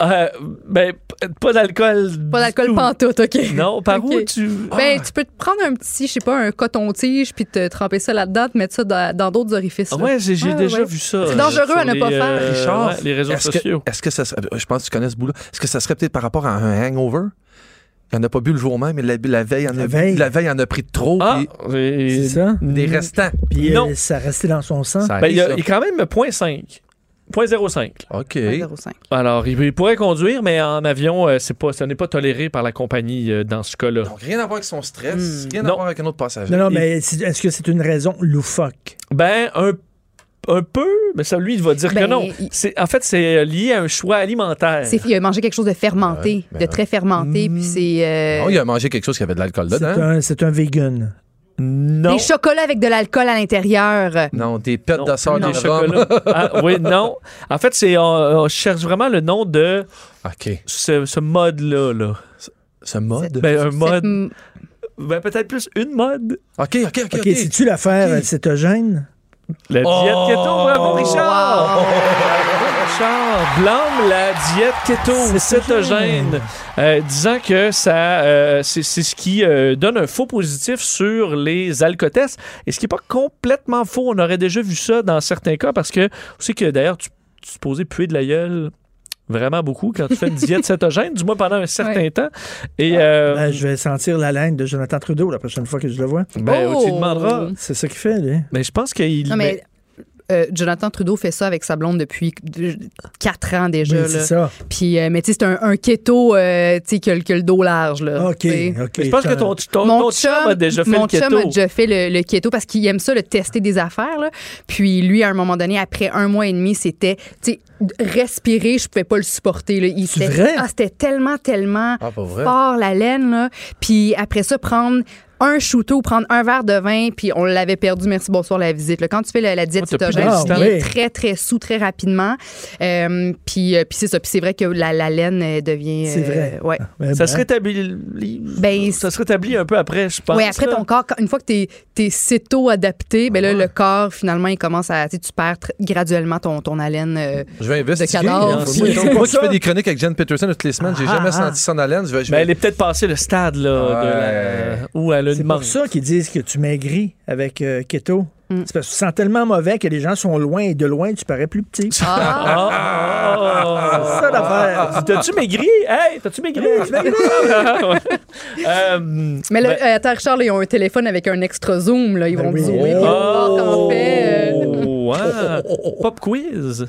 Speaker 3: Euh, ben p- pas d'alcool.
Speaker 4: Pas
Speaker 3: du
Speaker 4: d'alcool
Speaker 3: tout.
Speaker 4: pantoute, OK.
Speaker 3: Non, Ah. par
Speaker 4: Ok.
Speaker 3: où tu
Speaker 4: Ben, tu peux te prendre un petit, je sais pas, un coton-tige, puis te tremper ça là-dedans, te mettre ça dans dans d'autres orifices. là.
Speaker 3: Ah Ouais, j'ai j'ai
Speaker 4: Ouais,
Speaker 3: déjà
Speaker 4: ouais.
Speaker 3: vu ça.
Speaker 4: C'est dangereux
Speaker 3: sur
Speaker 4: à ne
Speaker 3: les,
Speaker 4: pas faire.
Speaker 3: euh,
Speaker 6: Richard,
Speaker 3: ouais, les réseaux
Speaker 6: Est-ce que-
Speaker 3: sociaux.
Speaker 6: Est-ce que ça serait- Je pense que tu connais ce bout-là. Est-ce que ça serait peut-être par rapport à un hangover? Il n'en a pas bu le jour même, mais la, la veille, il en a
Speaker 5: La
Speaker 6: bu-
Speaker 5: veille. Hmm.
Speaker 6: la veille, il en a pris trop.
Speaker 3: Ah,
Speaker 6: puis
Speaker 5: C'est
Speaker 3: et-
Speaker 5: ça?
Speaker 6: Des restants.
Speaker 5: Puis
Speaker 3: non.
Speaker 5: euh, ça restait dans son sang.
Speaker 6: Ça
Speaker 3: Ben, il, y a-
Speaker 6: arrive,
Speaker 3: il est quand même 0.5. 0.05.
Speaker 6: ça. OK.
Speaker 5: Ben,
Speaker 4: 0,5.
Speaker 3: Alors, il, il pourrait conduire, mais en avion, euh, c'est pas, ça n'est pas toléré par la compagnie euh, dans ce cas-là.
Speaker 6: Donc, rien à voir avec son stress,
Speaker 4: Hmm.
Speaker 6: rien
Speaker 3: Non.
Speaker 6: à voir avec un autre passager.
Speaker 5: Non, non, mais c'est- est-ce que c'est une raison loufoque?
Speaker 3: Ben, un, un peu, mais ça, lui, il va dire
Speaker 4: Ben,
Speaker 3: que non.
Speaker 4: il-
Speaker 3: C'est, en fait, c'est euh, lié à un choix alimentaire.
Speaker 4: C'est- Il a mangé quelque chose de fermenté,
Speaker 6: Ben,
Speaker 4: de très fermenté,
Speaker 3: Mm.
Speaker 4: puis c'est. euh,
Speaker 3: Ah
Speaker 6: Non, Ah, il a mangé quelque chose qui avait de l'alcool
Speaker 3: Ben
Speaker 5: C'est
Speaker 6: dedans.
Speaker 5: un, c'est un vegan.
Speaker 3: Non.
Speaker 4: Des chocolats avec de l'alcool à l'intérieur.
Speaker 6: Non, des pets
Speaker 3: Non,
Speaker 6: de sœur
Speaker 3: non,
Speaker 6: des rhum.
Speaker 3: chocolat. Ah, oui, non. En fait, c'est, on, on cherche vraiment le nom de
Speaker 6: OK.
Speaker 3: ce, ce mode-là. Là.
Speaker 6: Ce mode?
Speaker 3: Ben, un mode.
Speaker 4: Mm,
Speaker 3: Ben, peut-être plus une mode.
Speaker 6: OK, OK, OK.
Speaker 5: OK,
Speaker 6: ok.
Speaker 5: c'est-tu l'affaire
Speaker 6: Ok.
Speaker 5: euh, cétogène?
Speaker 3: La diète keto, bravo Richard!
Speaker 4: Oh! Wow.
Speaker 3: Bravo, Richard blâme la diète keto cétogène, euh, disant que ça, euh, c'est c'est ce qui euh, donne un faux positif sur les alcotestes. Et ce qui n'est pas complètement faux, on aurait déjà vu ça dans certains cas, parce que on sait que d'ailleurs, tu, tu es supposé puer de la gueule vraiment beaucoup quand tu fais une diète cétogène, du moins pendant un certain temps. Et euh,
Speaker 5: Ben, je vais sentir la laine de Jonathan Trudeau la prochaine fois que je le vois.
Speaker 3: ben,
Speaker 4: Oh!
Speaker 3: tu lui demanderas.
Speaker 5: C'est ça qu'il fait, lui.
Speaker 3: Mais je pense qu'il...
Speaker 4: Non, mais. euh, Jonathan Trudeau fait ça avec sa blonde depuis 4 ans
Speaker 5: Oui,
Speaker 4: déjà.
Speaker 5: c'est
Speaker 4: là.
Speaker 5: ça.
Speaker 4: Puis, euh, mais tu sais, c'est un, un keto euh, tu sais, qui, a, le- qui a le dos large. Là,
Speaker 5: OK,
Speaker 4: tu sais.
Speaker 5: OK.
Speaker 3: Mais je pense que ton, ton,
Speaker 4: Mon
Speaker 3: Oh, ton
Speaker 4: chum,
Speaker 3: chum a déjà fait
Speaker 4: mon
Speaker 3: le keto.
Speaker 4: chum a déjà fait le, le keto parce qu'il aime ça, le tester des affaires. là. Puis lui, à un moment donné, après un mois et demi, c'était, tu sais, respirer, je pouvais pas le supporter. là. Il
Speaker 5: C'est
Speaker 4: était-
Speaker 5: vrai?
Speaker 4: Ah, c'était tellement, tellement
Speaker 6: Ah, pas vrai.
Speaker 4: fort la laine. Là. Puis après ça, prendre un shooter ou prendre un verre de vin, puis on l'avait perdu. Merci, bonsoir, la visite. là. Quand tu fais la, la diète
Speaker 3: Oh, t'as plus
Speaker 4: cétogène,
Speaker 5: de
Speaker 4: tu deviens
Speaker 5: résistance.
Speaker 4: très, très sous, très rapidement. Euh, puis euh, puis c'est ça. Puis c'est vrai que la, la laine euh, devient...
Speaker 5: C'est
Speaker 4: euh,
Speaker 5: vrai.
Speaker 4: ouais.
Speaker 5: Ben,
Speaker 3: Ça
Speaker 5: ben,
Speaker 3: se rétablit.
Speaker 4: Ben,
Speaker 3: ça se rétablit un peu après, je pense.
Speaker 4: Oui, après
Speaker 3: là.
Speaker 4: ton corps, quand- une fois que t'es es, céto-adapté, ben
Speaker 5: Ah.
Speaker 4: là,
Speaker 3: Ouais.
Speaker 4: le corps, finalement, il commence à. Tu sais, tu perds tr- graduellement ton, ton haleine. euh,
Speaker 6: Je vais investiguer. Hein,
Speaker 4: De cadavre.
Speaker 6: Faut-
Speaker 5: Oui.
Speaker 6: Moi qui fais des chroniques avec Jen Peterson toutes les semaines, j'ai
Speaker 5: Ah,
Speaker 6: jamais
Speaker 5: ah.
Speaker 6: senti son haleine. Je vais, je
Speaker 3: Ben,
Speaker 6: vais-
Speaker 3: elle est peut-être passée le stade là, de la-
Speaker 6: Ouais.
Speaker 3: où elle a
Speaker 5: C'est
Speaker 3: une
Speaker 5: pour
Speaker 3: mort.
Speaker 5: ça qu'ils disent que tu maigris avec euh, keto. C'est parce que tu sens tellement mauvais que les gens sont loin et de loin, tu parais plus petit. C'est
Speaker 4: Ah,
Speaker 5: ça l'affaire.
Speaker 3: Ah! T'as-tu maigri? Hey, t'as-tu maigri? Euh,
Speaker 4: mais là,
Speaker 3: ben-
Speaker 4: euh, attends, Richard, là, ils ont un téléphone avec un extra zoom. Là, ils
Speaker 5: Ben
Speaker 4: vont
Speaker 5: oui.
Speaker 4: te zoomer.
Speaker 5: Oh.
Speaker 4: Ah, comment on fait, euh?
Speaker 3: Oh, hein. Pop quiz.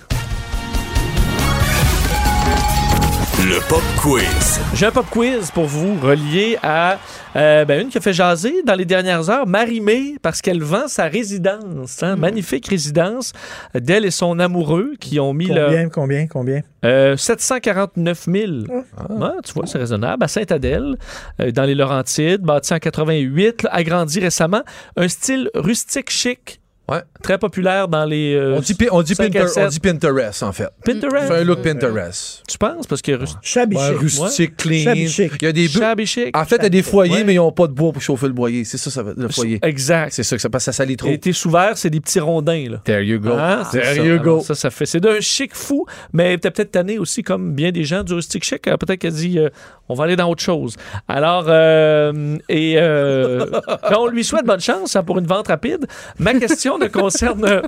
Speaker 2: Le Pop Quiz.
Speaker 3: J'ai un pop quiz pour vous relié à euh, ben, une qui a fait jaser dans les dernières heures, Marie-Mé, parce qu'elle vend sa résidence,
Speaker 4: Hmm.
Speaker 3: hein, magnifique résidence d'elle et son amoureux qui ont mis leur
Speaker 5: Combien, combien, combien?
Speaker 3: Euh, 749 000. Ouais, Ah,
Speaker 6: Ah.
Speaker 3: tu vois, c'est raisonnable. À Sainte-Adèle, euh, dans les Laurentides, bâti en 88, là, agrandi récemment. Un style rustique chic
Speaker 6: Ouais.
Speaker 3: Très populaire dans les. euh,
Speaker 6: On dit, pi- on, dit
Speaker 3: cinq à
Speaker 6: Pinter-
Speaker 3: sept. Mm.
Speaker 6: on dit Pinterest, en fait.
Speaker 3: Pinterest.
Speaker 6: C'est un look Pinterest.
Speaker 3: Tu penses? Parce que.
Speaker 5: Shabby
Speaker 6: Ouais,
Speaker 5: chic.
Speaker 6: rustique, clean.
Speaker 5: Shabby chic.
Speaker 6: Il y a des bu-
Speaker 3: Chab et chic.
Speaker 6: En fait, il y a des foyers,
Speaker 3: Ouais.
Speaker 6: mais ils n'ont pas de bois pour chauffer le boyer. C'est ça, ça va- le foyer.
Speaker 3: Exact.
Speaker 6: C'est ça que ça passe, ça salit trop. Ah,
Speaker 3: Et tes souverains, c'est des petits rondins, là.
Speaker 6: There you go.
Speaker 3: Hein? C'est
Speaker 6: There
Speaker 3: ça.
Speaker 6: you go.
Speaker 3: Alors, ça, ça fait. C'est d'un chic fou, mais t'as peut-être tanné aussi, comme bien des gens du rustic chic. euh, Peut-être qu'elle dit, euh, on va aller dans autre chose. Alors, euh, et euh, ben, on lui souhaite bonne chance hein, pour une vente rapide. Ma question ne concerne euh,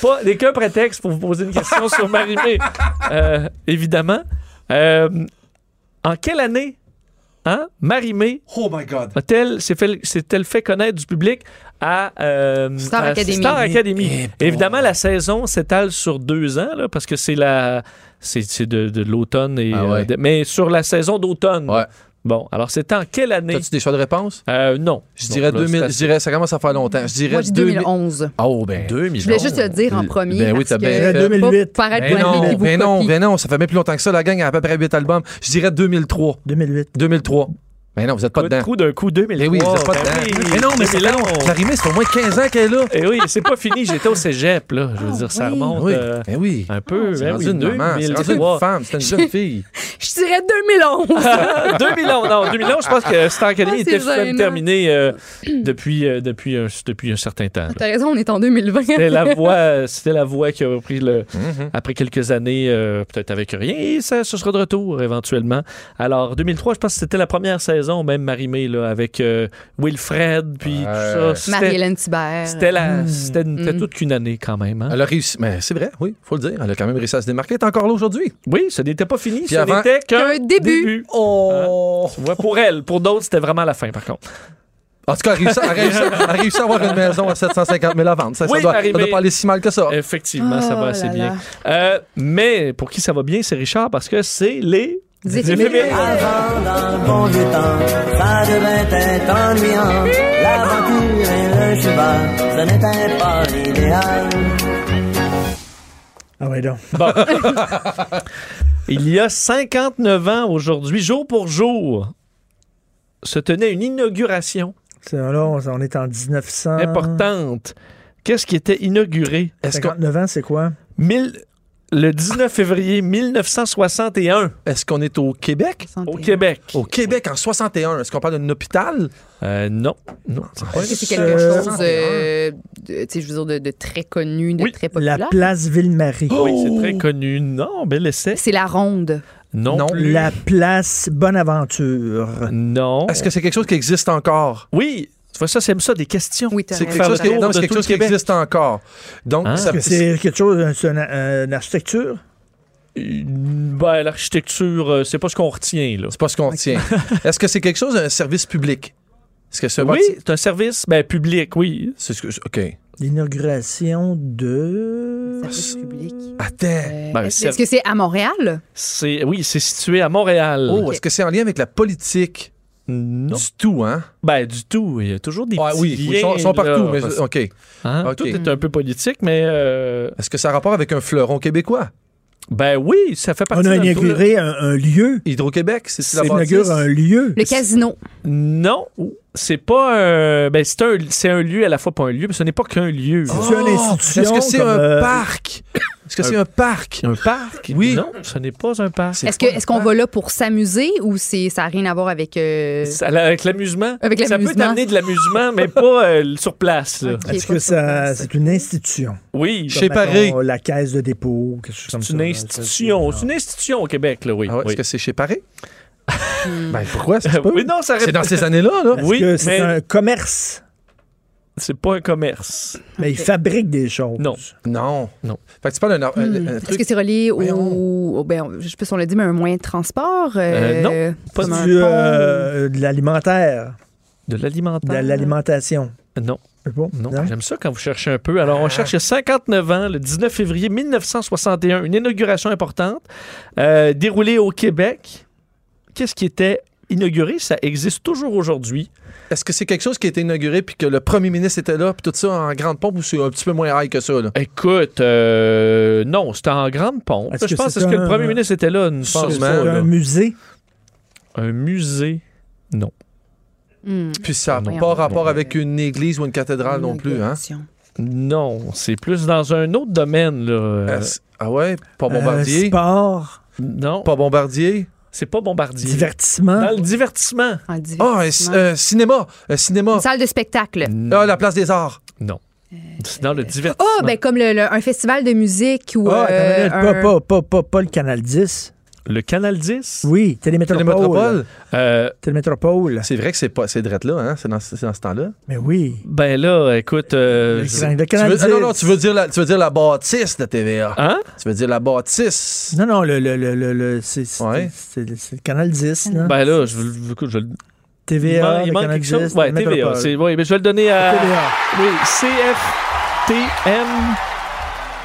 Speaker 3: pas n'est qu'un prétexte pour vous poser une question sur Marimé, euh, évidemment. Euh, en quelle année, hein, Marimé
Speaker 6: Oh my God.
Speaker 3: a-t-elle s'est fait, s'est-elle fait connaître du public à, euh,
Speaker 4: Star
Speaker 3: à
Speaker 4: Academy.
Speaker 3: Star Academy.
Speaker 6: Eh bon.
Speaker 3: Évidemment, la saison s'étale sur deux ans là, parce que c'est la c'est, c'est de, de l'automne et
Speaker 6: Ah ouais.
Speaker 3: euh, de- mais sur la saison d'automne.
Speaker 6: Ouais.
Speaker 3: Bon, alors c'est en quelle année
Speaker 6: T'as-tu des choix de réponse?
Speaker 3: Euh, Non,
Speaker 6: Je dirais
Speaker 3: Bon, là,
Speaker 6: 2000.
Speaker 3: c'est
Speaker 6: Je dirais, ça commence à faire longtemps. Je dirais
Speaker 4: Moi, je dis 2011.
Speaker 6: Oh, ben.
Speaker 4: Je voulais juste le dire en premier.
Speaker 6: Ben oui, t'as
Speaker 4: parce
Speaker 6: bien
Speaker 4: que
Speaker 6: fait.
Speaker 4: faut pas
Speaker 5: 2008.
Speaker 4: Paraître
Speaker 6: Ben
Speaker 4: pour un
Speaker 6: non,
Speaker 4: qui vous
Speaker 6: ben non,
Speaker 4: copie.
Speaker 6: ben non, ça fait même plus longtemps que ça, la gang a à peu près 8 albums. Je dirais 2003.
Speaker 5: 2008.
Speaker 6: 2003. Mais non, vous êtes pas
Speaker 3: Coup de
Speaker 6: dedans.
Speaker 3: trou d'un coup 2003.
Speaker 6: Mais oui, vous êtes pas
Speaker 3: Ben
Speaker 6: dedans.
Speaker 3: oui,
Speaker 6: Mais non, mais c'est
Speaker 3: 2011.
Speaker 6: long. La rimée, ça fait au moins 15 ans qu'elle est là.
Speaker 3: Et Eh oui, c'est pas fini, j'étais au cégep là, je veux dire ça
Speaker 4: Ah oui. Ah,
Speaker 3: remonte
Speaker 6: Oui.
Speaker 3: euh,
Speaker 6: Ben oui.
Speaker 3: un peu,
Speaker 6: C'est
Speaker 3: ben
Speaker 6: rendu
Speaker 3: oui,
Speaker 6: une maman, c'est rendu
Speaker 3: 2003.
Speaker 6: une femme, c'est une jeune fille.
Speaker 4: Je dirais 2011.
Speaker 3: 2011, non, 2011, je pense que Star Academy
Speaker 4: Ah, c'est
Speaker 3: était
Speaker 4: gênant.
Speaker 3: terminé euh, depuis, euh, depuis, un, depuis un certain temps. là.
Speaker 4: T'as raison, on est en 2020.
Speaker 3: C'était la voix, c'était la voix qui a repris le
Speaker 6: Mm-hmm.
Speaker 3: après quelques années, euh, peut-être avec rien. Et ça, ce sera de retour éventuellement. Alors 2003, je pense que c'était la première saison, même Marimé là, avec euh, Wilfred puis tout ça.
Speaker 6: Ouais.
Speaker 3: C'était-
Speaker 4: Marie-Hélène Thibert.
Speaker 3: C'était la, c'était une- c'était
Speaker 4: Mm.
Speaker 3: toute qu'une année quand même. hein.
Speaker 6: Elle a réussi. Mais c'est vrai, oui, faut le dire. Elle a quand même réussi à se démarquer. Elle est encore là aujourd'hui.
Speaker 3: Oui, ce n'était pas fini, ce
Speaker 6: avant-
Speaker 3: n'était qu'un Hein?
Speaker 4: Qu'un début.
Speaker 6: Oh!
Speaker 3: Tu vois, pour elle, pour d'autres, c'était vraiment la fin par contre.
Speaker 6: En tout cas, elle a réussi, elle a réussi- elle a réussi à avoir une maison à 750 000 à vendre. Ça, ça
Speaker 3: Oui, Euh,
Speaker 6: doit,
Speaker 3: arrivé.
Speaker 6: ça doit pas aller si mal que ça.
Speaker 3: Effectivement, ça va
Speaker 4: Oh
Speaker 3: assez
Speaker 4: là
Speaker 3: bien.
Speaker 4: là.
Speaker 3: Euh, mais pour qui ça va bien, c'est Richard parce que c'est les
Speaker 4: Des éphémérides.
Speaker 9: Avant, dans le bon vieux temps, ça devait être ennuyant. L'aventure et le cheval, ce n'était pas l'idéal.
Speaker 5: Ah ouais, donc.
Speaker 3: Il y a 59 ans aujourd'hui, jour pour jour, se tenait une inauguration
Speaker 5: C'est- Là, on, on est en
Speaker 4: Ah.
Speaker 5: 1900.
Speaker 3: importante. Qu'est-ce qui était inauguré?
Speaker 6: Est-ce qu'on
Speaker 5: 59 ans, c'est quoi?
Speaker 3: Mille- Le 19 février 1961
Speaker 6: est-ce qu'on est au Québec?
Speaker 3: au Québec.
Speaker 6: Au Québec, en 61. Est-ce qu'on parle d'un hôpital?
Speaker 3: Euh, non, non.
Speaker 4: Est-ce que c'est quelque
Speaker 5: Euh,
Speaker 4: chose euh, de, tu sais, je veux dire, de, de très connu, de
Speaker 3: Oui,
Speaker 4: très populaire?
Speaker 5: La place Ville-Marie.
Speaker 6: Oh!
Speaker 3: Oui, c'est très connu. Non, bel essai.
Speaker 4: C'est la ronde.
Speaker 3: Non.
Speaker 6: Non.
Speaker 3: plus.
Speaker 5: La place Bonaventure.
Speaker 3: Non.
Speaker 6: Est-ce que c'est quelque chose qui existe encore?
Speaker 3: Oui, tu vois ça, c'est ça des questions.
Speaker 4: Oui, t'as
Speaker 6: C'est
Speaker 4: raison.
Speaker 6: quelque, chose qui,
Speaker 3: tour
Speaker 6: non, mais
Speaker 3: de
Speaker 6: c'est
Speaker 3: tout
Speaker 6: quelque chose
Speaker 3: le
Speaker 6: qui
Speaker 3: Québec.
Speaker 6: existe encore. Donc,
Speaker 3: Ah.
Speaker 6: ça,
Speaker 5: Est-ce que c'est quelque chose, c'est une, euh, une architecture?
Speaker 3: Euh, Ben, l'architecture, euh, c'est pas ce qu'on retient, là.
Speaker 6: c'est pas ce qu'on tient. Est-ce que c'est quelque chose d'un service public? Est-ce que c'est un
Speaker 3: Oui,
Speaker 6: bâti-
Speaker 3: c'est un service ben, public, oui.
Speaker 6: c'est ce que- OK.
Speaker 5: L'inauguration de.
Speaker 4: Service public.
Speaker 6: Attends.
Speaker 4: Euh,
Speaker 3: Ben,
Speaker 4: Est-ce
Speaker 3: c'est-
Speaker 4: est-ce que c'est à Montréal?
Speaker 3: C'est oui, c'est situé à Montréal.
Speaker 6: Oh, est-ce que c'est en lien avec la politique?
Speaker 3: non.
Speaker 6: Du tout, hein?
Speaker 3: Ben du tout, il y a toujours des
Speaker 6: Ah
Speaker 3: petits
Speaker 6: oui, oui, ils
Speaker 3: liens,
Speaker 6: sont, sont partout.
Speaker 3: là,
Speaker 6: mais-
Speaker 3: parce-
Speaker 6: OK.
Speaker 3: hein,
Speaker 6: ok.
Speaker 3: Tout est un peu politique, mais euh,
Speaker 6: Est-ce que ça a rapport avec un fleuron québécois?
Speaker 3: ben oui, ça fait
Speaker 5: On
Speaker 3: partie.
Speaker 5: a
Speaker 3: d'un tout, là.
Speaker 5: inauguré un, un lieu.
Speaker 6: Hydro-Québec, c'est
Speaker 5: On
Speaker 6: la
Speaker 5: inaugure un lieu.
Speaker 4: Le casino.
Speaker 3: Non, c'est pas un. Ben c'est un, c'est un lieu à la fois pas un lieu, mais ce n'est pas qu'un lieu.
Speaker 6: Ah.
Speaker 5: C'est une institution.
Speaker 6: Oh! Est-ce que c'est
Speaker 5: comme,
Speaker 6: un
Speaker 5: euh,
Speaker 6: parc? Est-ce que c'est un parc?
Speaker 3: Un parc
Speaker 6: Oui.
Speaker 3: Non, ce n'est pas un parc.
Speaker 6: C'est Ah,
Speaker 4: Est-ce que-
Speaker 6: quoi un
Speaker 4: est-ce qu'on
Speaker 5: Ah.
Speaker 6: parc?
Speaker 4: va là pour s'amuser ou c'est ça n'a rien à voir avec... euh,
Speaker 3: Ça- la- avec l'amusement.
Speaker 4: Avec
Speaker 3: ça peut
Speaker 4: l'amusement.
Speaker 3: t'amener de l'amusement, mais pas euh, sur place. là.
Speaker 4: Ok,
Speaker 5: Est-ce
Speaker 4: pas
Speaker 5: que ça,
Speaker 4: de-
Speaker 5: c'est une institution?
Speaker 3: Oui,
Speaker 6: Chez
Speaker 5: Comme,
Speaker 6: Paris.
Speaker 5: mettons, La caisse de dépôt, quelque chose comme
Speaker 3: c'est
Speaker 5: ça.
Speaker 3: une institution. C'est une institution au Québec, là, oui.
Speaker 6: Ah ouais,
Speaker 3: oui.
Speaker 6: Est-ce que c'est chez Paris? ben, pourquoi? C'est pas-
Speaker 3: Oui, non, ça
Speaker 6: C'est
Speaker 3: répond-
Speaker 6: dans ces années-là, là.
Speaker 5: Est-ce
Speaker 3: Oui,
Speaker 5: que c'est
Speaker 3: mais-
Speaker 5: un commerce?
Speaker 3: c'est pas un commerce.
Speaker 5: Mais ils fabriquent des choses.
Speaker 3: Non.
Speaker 6: Non.
Speaker 3: Non.
Speaker 6: Fait que tu parles d'un ar- un- un
Speaker 4: Hmm. Est-ce
Speaker 6: euh, truc.
Speaker 4: que c'est relié au,
Speaker 6: Voyons.
Speaker 4: au- ben, on- je sais pas si on l'a dit, mais un moyen de transport?
Speaker 3: Euh, non, pas
Speaker 4: comme
Speaker 5: Du,
Speaker 4: un pont?
Speaker 5: euh, de l'alimentaire,
Speaker 3: De
Speaker 5: de
Speaker 3: l'alimentaire.
Speaker 5: l'alimentation.
Speaker 3: Non.
Speaker 5: Je sais pas,
Speaker 3: Non, j'aime ça quand vous cherchez un peu.
Speaker 4: Ah.
Speaker 3: Alors, on cherche il y a 59 ans, le 19 février 1961, une inauguration importante euh, déroulée au Québec. Qu'est-ce qui était inauguré? Ça existe toujours aujourd'hui.
Speaker 6: Est-ce que c'est quelque chose qui a été inauguré puis que le premier ministre était là puis tout ça en grande pompe ou c'est un petit peu moins high que ça, là?
Speaker 3: Écoute, euh, non, c'était en grande pompe.
Speaker 5: Est-ce
Speaker 3: Je
Speaker 5: que
Speaker 3: pense,
Speaker 5: c'est
Speaker 3: est-ce que
Speaker 5: un-
Speaker 3: le premier ministre était là? Une
Speaker 6: Sûrement.
Speaker 3: pense
Speaker 5: C'est
Speaker 3: pas, là.
Speaker 5: un musée.
Speaker 3: Un musée.
Speaker 4: Hmm.
Speaker 6: Puis ça n'a
Speaker 4: Voyons.
Speaker 6: pas rapport avec une église ou une cathédrale non plus, hein?
Speaker 4: Inauguration.
Speaker 3: Non, c'est plus dans un autre domaine. Là. Euh,
Speaker 6: Ah, c'est- ah ouais, pas
Speaker 5: Euh,
Speaker 6: bombardier.
Speaker 5: sport,
Speaker 3: non,
Speaker 6: Pas bombardier.
Speaker 3: c'est pas Bombardier.
Speaker 5: divertissement.
Speaker 3: Dans le divertissement.
Speaker 6: Ah,
Speaker 4: En
Speaker 6: un c-
Speaker 4: divertissement.
Speaker 6: un cinéma. Un cinéma.
Speaker 4: Une salle de spectacle.
Speaker 6: Ah, la place des arts.
Speaker 3: Non. C'est dans le
Speaker 4: Ah,
Speaker 3: divertissement.
Speaker 4: ben comme le- le- un festival de musique ou
Speaker 5: Ah, attends
Speaker 4: euh,
Speaker 5: une minute,
Speaker 4: un-
Speaker 5: pas, pas, pas, pas, pas le Canal 10.
Speaker 3: Le Canal 10.
Speaker 5: Oui, Télémétropole.
Speaker 6: Télémétropole.
Speaker 3: Euh,
Speaker 5: Télémétropole.
Speaker 6: C'est vrai que c'est pas c'est drette là, hein? C'est dans, c'est dans ce temps-là.
Speaker 5: Mais oui.
Speaker 3: ben là, écoute. euh,
Speaker 5: Le,
Speaker 3: je-
Speaker 5: le
Speaker 6: Tu
Speaker 5: Canal
Speaker 6: veux-
Speaker 5: 10.
Speaker 6: ah, non, non, tu veux dire la, tu veux dire la bâtisse de TVA.
Speaker 3: Hein?
Speaker 6: Tu veux dire la bâtisse.
Speaker 5: Non, non, le, le, le, le, le- c'est c'est-
Speaker 6: Ouais.
Speaker 5: c'est- c'est le Canal 10. là.
Speaker 3: Ben là, je, vous- écoute, je, le- il
Speaker 5: TVA,
Speaker 3: manque, il
Speaker 5: le
Speaker 3: manque
Speaker 5: Canal
Speaker 3: quelque
Speaker 5: 10.
Speaker 3: chose. Ouais, TVA.
Speaker 5: Télémétropole.
Speaker 3: c'est- Oui, mais je vais le donner à.
Speaker 5: Ah, TVA.
Speaker 3: Oui, CFTM.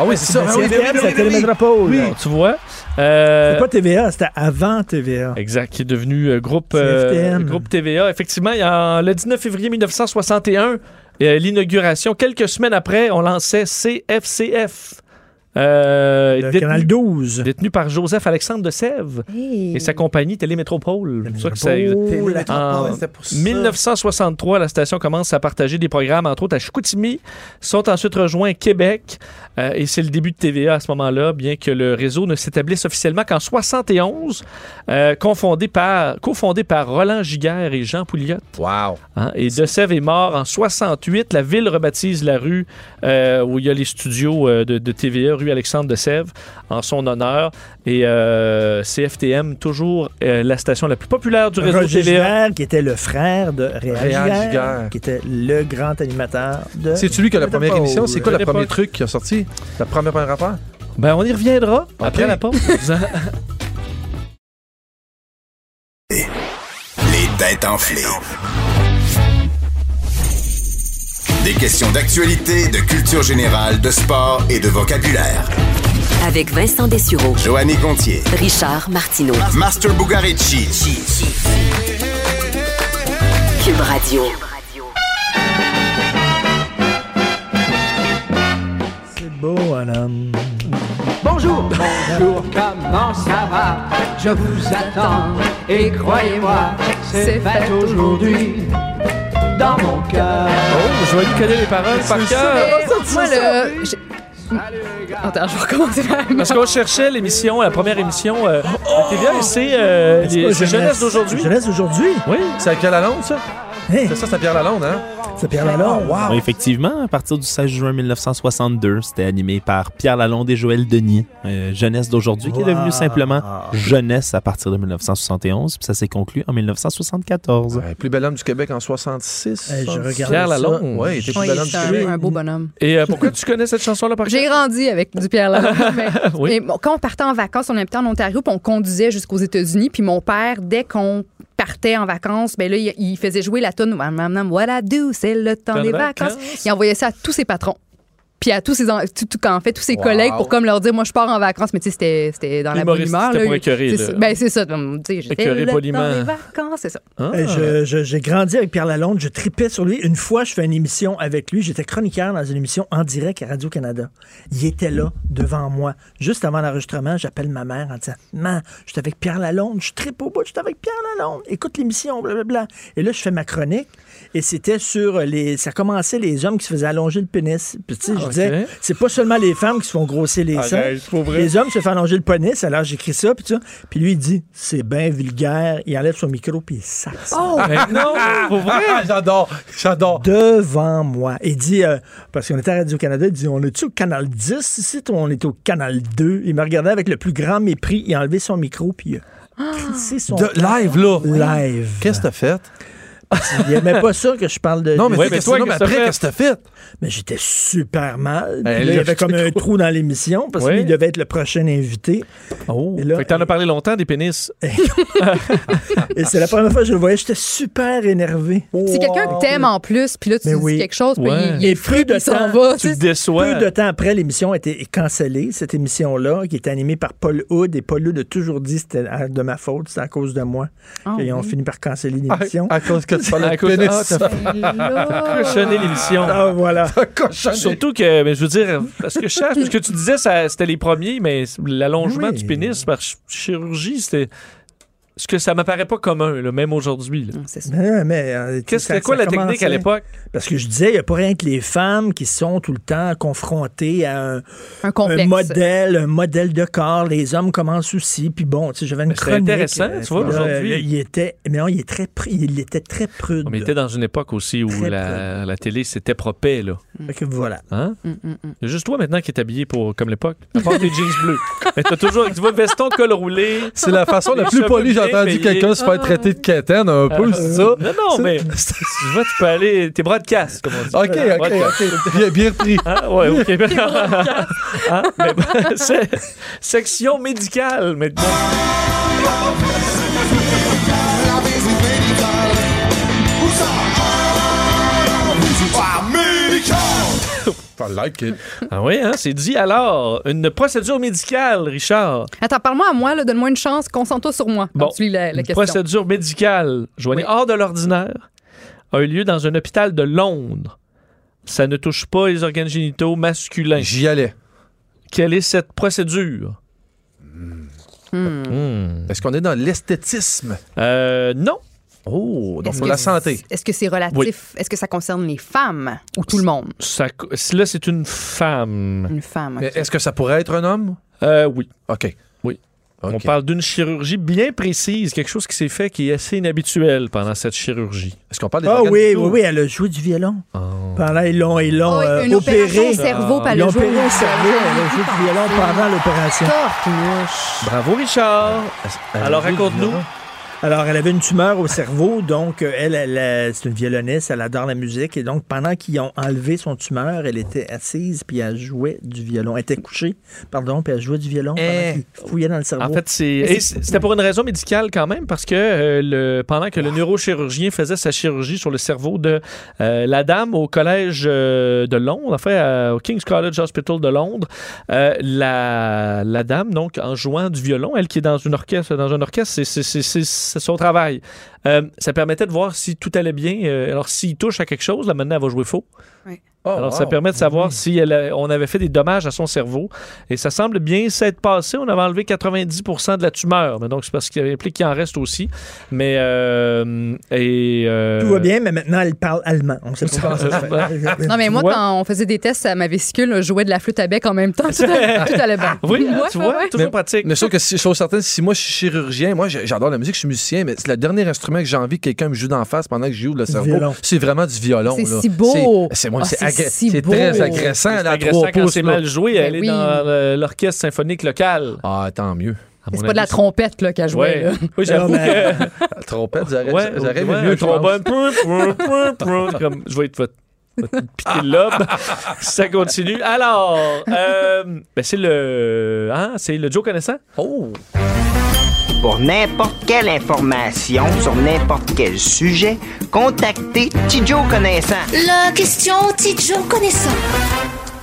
Speaker 6: Ah oui, c'est ça. Ah oui, oui,
Speaker 5: TVM,
Speaker 6: oui,
Speaker 5: Ben, c'est
Speaker 6: oui, oui.
Speaker 5: Télémétropole.
Speaker 3: Oui. Tu vois? Euh,
Speaker 5: C'était pas TVA, c'était avant TVA.
Speaker 3: Exact, qui est devenu euh, groupe, euh,
Speaker 5: CFTM.
Speaker 3: groupe TVA. Effectivement, il y a- le 19 février 1961, euh, l'inauguration, quelques semaines après, on lançait CFCF. euh,
Speaker 5: Le
Speaker 3: détenu,
Speaker 5: Canal 12.
Speaker 3: détenu par Joseph-Alexandre de Sèvres
Speaker 4: Hey.
Speaker 3: et sa compagnie Télémétropole. C'est pour ça que ça-
Speaker 6: Télémétropole,
Speaker 3: en
Speaker 6: c'était pour ça.
Speaker 3: 1963, la station commence à partager des programmes, entre autres à Chicoutimi, sont ensuite rejoints à Québec, euh, et c'est le début de TVA à ce moment-là, bien que le réseau ne s'établisse officiellement qu'en 71, euh, confondé par, cofondé par Roland Giguère et Jean Pouliot.
Speaker 6: Wow.
Speaker 3: hein. et De Sèvres est mort en 68. La ville rebaptise la rue euh, où il y a les studios euh, de, de TVA, rue Alexandre De Sèvres, en son honneur. Et euh, CFTM, toujours euh, la station la plus populaire du réseau
Speaker 5: Roger
Speaker 3: TVA.
Speaker 5: Giguère, qui était le frère de Réal
Speaker 6: Réal
Speaker 5: Giguère,
Speaker 6: Giguère.
Speaker 5: qui était le grand animateur de...
Speaker 6: C'est-tu lui qui a la première
Speaker 5: Télémétropole.
Speaker 6: émission? C'est quoi le
Speaker 3: Télépo-
Speaker 6: premier truc qui a sorti? La première première affaire?
Speaker 3: Ben, on y reviendra après la pause.
Speaker 2: Les têtes enflées. Des questions d'actualité, de culture générale, de sport et de vocabulaire.
Speaker 1: Avec Vincent Dessureau,
Speaker 2: Joanny Gontier.
Speaker 1: Richard Martineau,
Speaker 2: Master Bugarici.
Speaker 1: Cube Radio.
Speaker 5: C'est beau, un homme.
Speaker 10: Bonjour, bonjour, comment ça va Je vous attends et croyez-moi, c'est fait aujourd'hui dans mon cœur.
Speaker 3: Oh, je vais connaître les paroles par
Speaker 6: Ah,
Speaker 3: cœur.
Speaker 4: Mais Moi, le... j'ai- Attends, je vais recommencer par-
Speaker 3: Parce qu'on cherchait l'émission, la première émission euh, à TVA, et c'est euh, les- c'est Jeunesse d'aujourd'hui.
Speaker 5: Jeunesse d'aujourd'hui.
Speaker 3: Oui,
Speaker 6: C'est à Pierre Lalonde, ça?
Speaker 5: Hey,
Speaker 6: C'est ça, c'est à Pierre Lalonde, hein?
Speaker 5: c'est Pierre Lalonde.
Speaker 4: Ah.
Speaker 8: Ouais, Ben, effectivement, à partir du 16 juin 1962, c'était animé par Pierre Lalonde et Joël Denis. Euh, jeunesse d'aujourd'hui, qui est devenu simplement Jeunesse à partir de 1971, puis ça s'est conclu en 1974.
Speaker 6: Ouais, Euh, plus bel homme du Québec en 66.
Speaker 5: Hey, je regarde
Speaker 3: Pierre
Speaker 5: ça.
Speaker 3: Lalonde.
Speaker 6: Ouais, il était plus
Speaker 4: Oui,
Speaker 6: bel homme du
Speaker 4: c'est un,
Speaker 6: Québec.
Speaker 4: un beau bonhomme.
Speaker 3: Et euh, pourquoi tu connais cette chanson-là par
Speaker 4: J'ai
Speaker 3: cœur?
Speaker 4: grandi avec du Pierre Lalonde. mais-
Speaker 3: Oui.
Speaker 4: mais bon, quand on partait en vacances, on habitait en Ontario, puis on conduisait jusqu'aux États-Unis. Puis mon père, dès qu'on partait en vacances, ben là, il, il faisait jouer la tonne Voilà, do, c'est le temps
Speaker 3: Temps
Speaker 4: des
Speaker 3: de
Speaker 4: vacances.
Speaker 3: vacances.
Speaker 4: Il envoyait ça à tous ses patrons. Puis à tous ses, en, tout- tout- en fait, tous ses
Speaker 6: Wow.
Speaker 4: collègues pour comme leur dire, moi, je pars en vacances. Mais tu sais, c'était- c'était dans la bonne
Speaker 3: Humoriste,
Speaker 4: humeur.
Speaker 3: c'était
Speaker 4: là.
Speaker 3: pour écœurer,
Speaker 4: C'est
Speaker 3: là.
Speaker 4: ça. Ben, c'est ça. tu sais, j'étais
Speaker 3: Écœurer
Speaker 4: le temps
Speaker 3: poliment.
Speaker 4: des vacances, c'est ça.
Speaker 3: Hein?
Speaker 5: Hey, Euh, je- je- J'ai grandi avec Pierre Lalonde, je tripais sur lui. Une fois, je fais une émission avec lui. J'étais chroniqueur dans une émission en direct à Radio-Canada. Il était là, devant moi. Juste avant l'enregistrement, j'appelle ma mère en disant Maman, je suis avec Pierre Lalonde, je tripe au bout, je suis avec Pierre Lalonde. Écoute l'émission, blablabla. Et là, je fais ma chronique. Et c'était sur les. Ça commençait les hommes qui se faisaient allonger le pénis. Puis, tu sais, je
Speaker 3: ok.
Speaker 5: disais, c'est pas seulement les femmes qui se font grossir les seins. Les hommes se font allonger le pénis. Alors, j'écris ça, puis tout ça. Puis lui, il dit, c'est bien vulgaire. Il enlève son micro, puis il sac ça.
Speaker 3: Mais non, pour vrai.
Speaker 6: Ah, j'adore, j'adore.
Speaker 5: devant moi. Il dit, euh, parce qu'on était à Radio-Canada, il dit, on est-tu au canal 10 ici ou on est au canal 2? Il me regardait avec le plus grand mépris, il a enlevé son micro, puis il a crissé son
Speaker 6: De- live, là.
Speaker 5: live.
Speaker 6: Qu'est-ce que t'as fait?
Speaker 5: Il aimait pas ça que je parle de...
Speaker 6: Non, mais,
Speaker 3: Ouais,
Speaker 6: tu sais,
Speaker 3: mais toi,
Speaker 6: qu'est-ce que- non, mais
Speaker 3: qu'est-ce que
Speaker 6: après,
Speaker 3: t'as
Speaker 6: qu'est-ce que t'as fait?
Speaker 5: Mais j'étais super mal. Puis
Speaker 6: Ben, là,
Speaker 5: là, il y avait
Speaker 6: tu
Speaker 5: comme
Speaker 6: te
Speaker 5: un
Speaker 6: trouves-
Speaker 5: trou dans l'émission, parce que
Speaker 3: Ouais.
Speaker 5: lui, il devait être le prochain invité.
Speaker 3: Oh,
Speaker 5: Et là,
Speaker 3: fait que t'en as parlé longtemps des pénis.
Speaker 5: Et c'est la première fois que je le voyais, j'étais super énervé.
Speaker 3: Oh,
Speaker 4: Si quelqu'un que t'aimes en plus, puis là, tu
Speaker 5: Mais
Speaker 4: dis
Speaker 5: oui.
Speaker 4: quelque chose, puis
Speaker 3: Ouais.
Speaker 4: il, il est fru, puis il s'en va. tu
Speaker 3: Tu
Speaker 4: sais.
Speaker 3: te déçois.
Speaker 5: Peu de temps après, l'émission a été cancellée, cette émission-là, qui était animée par Paul Hood. Et Paul Hood a toujours dit c'était à- de ma faute, c'est à cause de moi.
Speaker 4: Ah,
Speaker 5: et ils ont
Speaker 4: oui.
Speaker 5: fini par canceller
Speaker 6: Ah,
Speaker 5: l'émission.
Speaker 6: À cause que tu
Speaker 3: À
Speaker 6: parlais de
Speaker 3: cause-
Speaker 6: pénis.
Speaker 3: ah, t'as fait cochonner l'émission.
Speaker 5: Ah, voilà.
Speaker 6: cochonné.
Speaker 3: Surtout que, mais je veux dire, parce que je cherche, parce que tu disais, ça- c'était les premiers, mais l'allongement
Speaker 5: Oui.
Speaker 3: du pénis par ch- chirurgie, c'était. Ce que ça m'apparaît pas commun, là, même aujourd'hui. là.
Speaker 4: C'est ça.
Speaker 5: Mais, mais, euh,
Speaker 3: Qu'est-ce
Speaker 5: ça-
Speaker 3: que quoi
Speaker 5: ça
Speaker 3: la technique à
Speaker 5: commençait-
Speaker 3: l'époque?
Speaker 5: Parce que je disais, il n'y a pas rien que les femmes qui sont tout le temps confrontées à un,
Speaker 4: Un complexe.
Speaker 5: un modèle, un modèle de corps. Les hommes commencent aussi. Puis bon, tu sais, j'avais une
Speaker 3: Mais c'est
Speaker 5: chronique.
Speaker 3: intéressant,
Speaker 5: euh,
Speaker 3: tu vois,
Speaker 5: là,
Speaker 3: aujourd'hui.
Speaker 5: là, Il était, mais non, il est très, pr- il était très prude.
Speaker 3: On était dans une époque aussi où
Speaker 5: Très
Speaker 3: la, la télé c'était propre, là.
Speaker 5: Fait que voilà.
Speaker 3: Hein?
Speaker 4: Mm, mm, mm.
Speaker 3: Il y a juste toi maintenant qui est habillé pour, comme l'époque. À part tes jeans bleus. Mais t'as toujours, tu vois, veston, col roulé.
Speaker 6: C'est la façon la
Speaker 3: Les
Speaker 6: plus
Speaker 3: cheveux
Speaker 6: polie. J'ai
Speaker 3: bien
Speaker 6: entendu
Speaker 3: payés.
Speaker 6: quelqu'un se faire traiter de quétaine un peu, c'est ça?
Speaker 3: Euh, Non, non, mais tu vois, tu peux aller. Tes bras de casse, comme on dit.
Speaker 6: Ok,
Speaker 3: Voilà, bras
Speaker 6: ok,
Speaker 3: de casse.
Speaker 6: ok. Bien, bien repris.
Speaker 3: Hein? Ouais, ok. Hein? Mais bon, c'est- section médicale maintenant.
Speaker 6: I like it.
Speaker 3: Ah oui, hein, c'est dit alors. Une procédure médicale, Richard.
Speaker 4: Attends, parle-moi à moi, là, donne-moi une chance, concentre-toi sur moi. Bon, tu lis la, la
Speaker 3: une
Speaker 4: question.
Speaker 3: procédure médicale, joignée hors de l'ordinaire, a eu lieu dans un hôpital de Londres. Ça ne touche pas les organes génitaux masculins.
Speaker 6: J'y allais.
Speaker 3: Quelle est cette procédure? Hmm.
Speaker 6: Est-ce qu'on est dans l'esthétisme?
Speaker 3: Euh, non. Oh, donc
Speaker 4: Est-ce
Speaker 6: Pour
Speaker 4: que
Speaker 6: la santé.
Speaker 4: Est-ce que c'est relatif?
Speaker 3: Oui.
Speaker 4: Est-ce que ça concerne les femmes ou tout le monde?
Speaker 3: ça co- là, c'est une femme.
Speaker 4: Une femme.
Speaker 6: Mais
Speaker 4: ok.
Speaker 6: est-ce que ça pourrait être un homme?
Speaker 3: Euh, oui.
Speaker 6: OK.
Speaker 3: Oui.
Speaker 6: OK.
Speaker 3: On parle d'une chirurgie bien précise, quelque chose qui s'est fait qui est assez inhabituel pendant cette chirurgie.
Speaker 6: Est-ce qu'on parle des
Speaker 5: Ah
Speaker 6: organes
Speaker 5: oui, oui,
Speaker 6: vitaux?
Speaker 5: oui, elle a joué du violon.
Speaker 3: Oh.
Speaker 5: Pendant, ils l'ont, ils l'ont
Speaker 4: Oh,
Speaker 5: euh,
Speaker 4: une opération
Speaker 5: opéré.
Speaker 4: au cerveau, pas
Speaker 3: Ah.
Speaker 5: Ils l'ont
Speaker 4: le jour.
Speaker 5: opéré au cerveau. Elle a joué du violon pendant l'opération.
Speaker 3: Bravo, Richard.
Speaker 6: Elle a
Speaker 3: Alors,
Speaker 6: joué du
Speaker 3: raconte-nous.
Speaker 6: violon.
Speaker 5: Euh, Alors, elle avait une tumeur au cerveau, donc euh, elle, elle, euh, c'est une violoniste, elle adore la musique, et donc pendant qu'ils ont enlevé son tumeur, elle était assise, puis elle jouait du violon. Elle était couchée, pardon, puis elle jouait du violon
Speaker 6: Eh.
Speaker 5: pendant qu'ils fouillaient dans le cerveau.
Speaker 3: En fait, c'est et c'est- c'était pour une raison médicale quand même, parce que euh, le, pendant que le neurochirurgien faisait sa chirurgie sur le cerveau de euh, la dame au collège euh, de Londres, enfin euh, au King's College Hospital de Londres, euh, la, la dame donc en jouant du violon, elle qui est dans une orchestre, dans un orchestre, c'est- c'est- c'est c'est- c'est son travail. Euh, ça permettait de voir si tout allait bien. Euh, alors s'il touche à quelque chose, là maintenant elle va jouer faux.
Speaker 6: Oh,
Speaker 3: Alors,
Speaker 6: wow.
Speaker 3: ça permet de savoir
Speaker 4: Mm-hmm.
Speaker 3: si elle a- on avait fait des dommages à son cerveau. Et ça semble bien s'être passé. On avait enlevé 90 de la tumeur. Mais donc, c'est parce qu'il implique qu'il en reste aussi. Mais. euh, et, euh,
Speaker 5: Tout va bien, mais maintenant elle parle allemand. On sait pas comment ça se fait.
Speaker 4: Non, mais moi,
Speaker 3: Ouais.
Speaker 4: quand on faisait des tests à ma vésicule, je jouais de la flûte à bec en même temps. Tout allait, tout allait bien.
Speaker 3: Oui, hein,
Speaker 4: Ouais,
Speaker 3: tu
Speaker 4: ouais,
Speaker 3: vois,
Speaker 4: ouais.
Speaker 3: toujours pratique.
Speaker 6: Mais sûr que si, chose certaine, si moi je suis chirurgien, moi j'ai- j'adore la musique, je suis musicien, mais c'est le dernier instrument que j'ai envie que quelqu'un me joue d'en face pendant que je joue le cerveau.
Speaker 5: violon.
Speaker 6: C'est vraiment du violon.
Speaker 4: C'est
Speaker 6: là.
Speaker 4: si beau.
Speaker 6: C'est c'est moi,
Speaker 4: Ah,
Speaker 6: c'est
Speaker 4: c'est
Speaker 6: agré-
Speaker 4: si
Speaker 6: c'est
Speaker 4: beau.
Speaker 6: très agressant
Speaker 3: C'est
Speaker 6: à
Speaker 3: agressant
Speaker 6: trois
Speaker 3: quand
Speaker 6: pouces.
Speaker 3: c'est
Speaker 6: là.
Speaker 3: mal joué.
Speaker 4: Ben
Speaker 3: Elle est
Speaker 4: oui.
Speaker 3: dans euh, l'orchestre symphonique local.
Speaker 6: Ah, tant mieux.
Speaker 3: À
Speaker 4: C'est
Speaker 3: mon
Speaker 4: pas de la
Speaker 3: avis,
Speaker 4: trompette là, qu'elle
Speaker 3: c'est-
Speaker 4: jouait.
Speaker 3: Ouais.
Speaker 4: là.
Speaker 3: Oui, j'avoue
Speaker 5: Non, mais-
Speaker 3: que.
Speaker 6: La trompette, j'aurais
Speaker 3: Ouais,
Speaker 6: j'aurais aimé
Speaker 3: ouais,
Speaker 6: mieux.
Speaker 3: un
Speaker 6: je pense.
Speaker 3: trombone. Comme, je vais te, va te- va te piquer le lobe. Ça continue. Alors, euh, ben c'est le. Hein, c'est le Joe connaissant?
Speaker 6: Oh!
Speaker 11: Pour n'importe quelle information sur n'importe quel sujet, contactez Tidjo Connaissant.
Speaker 7: La question, Tidjo connaissant.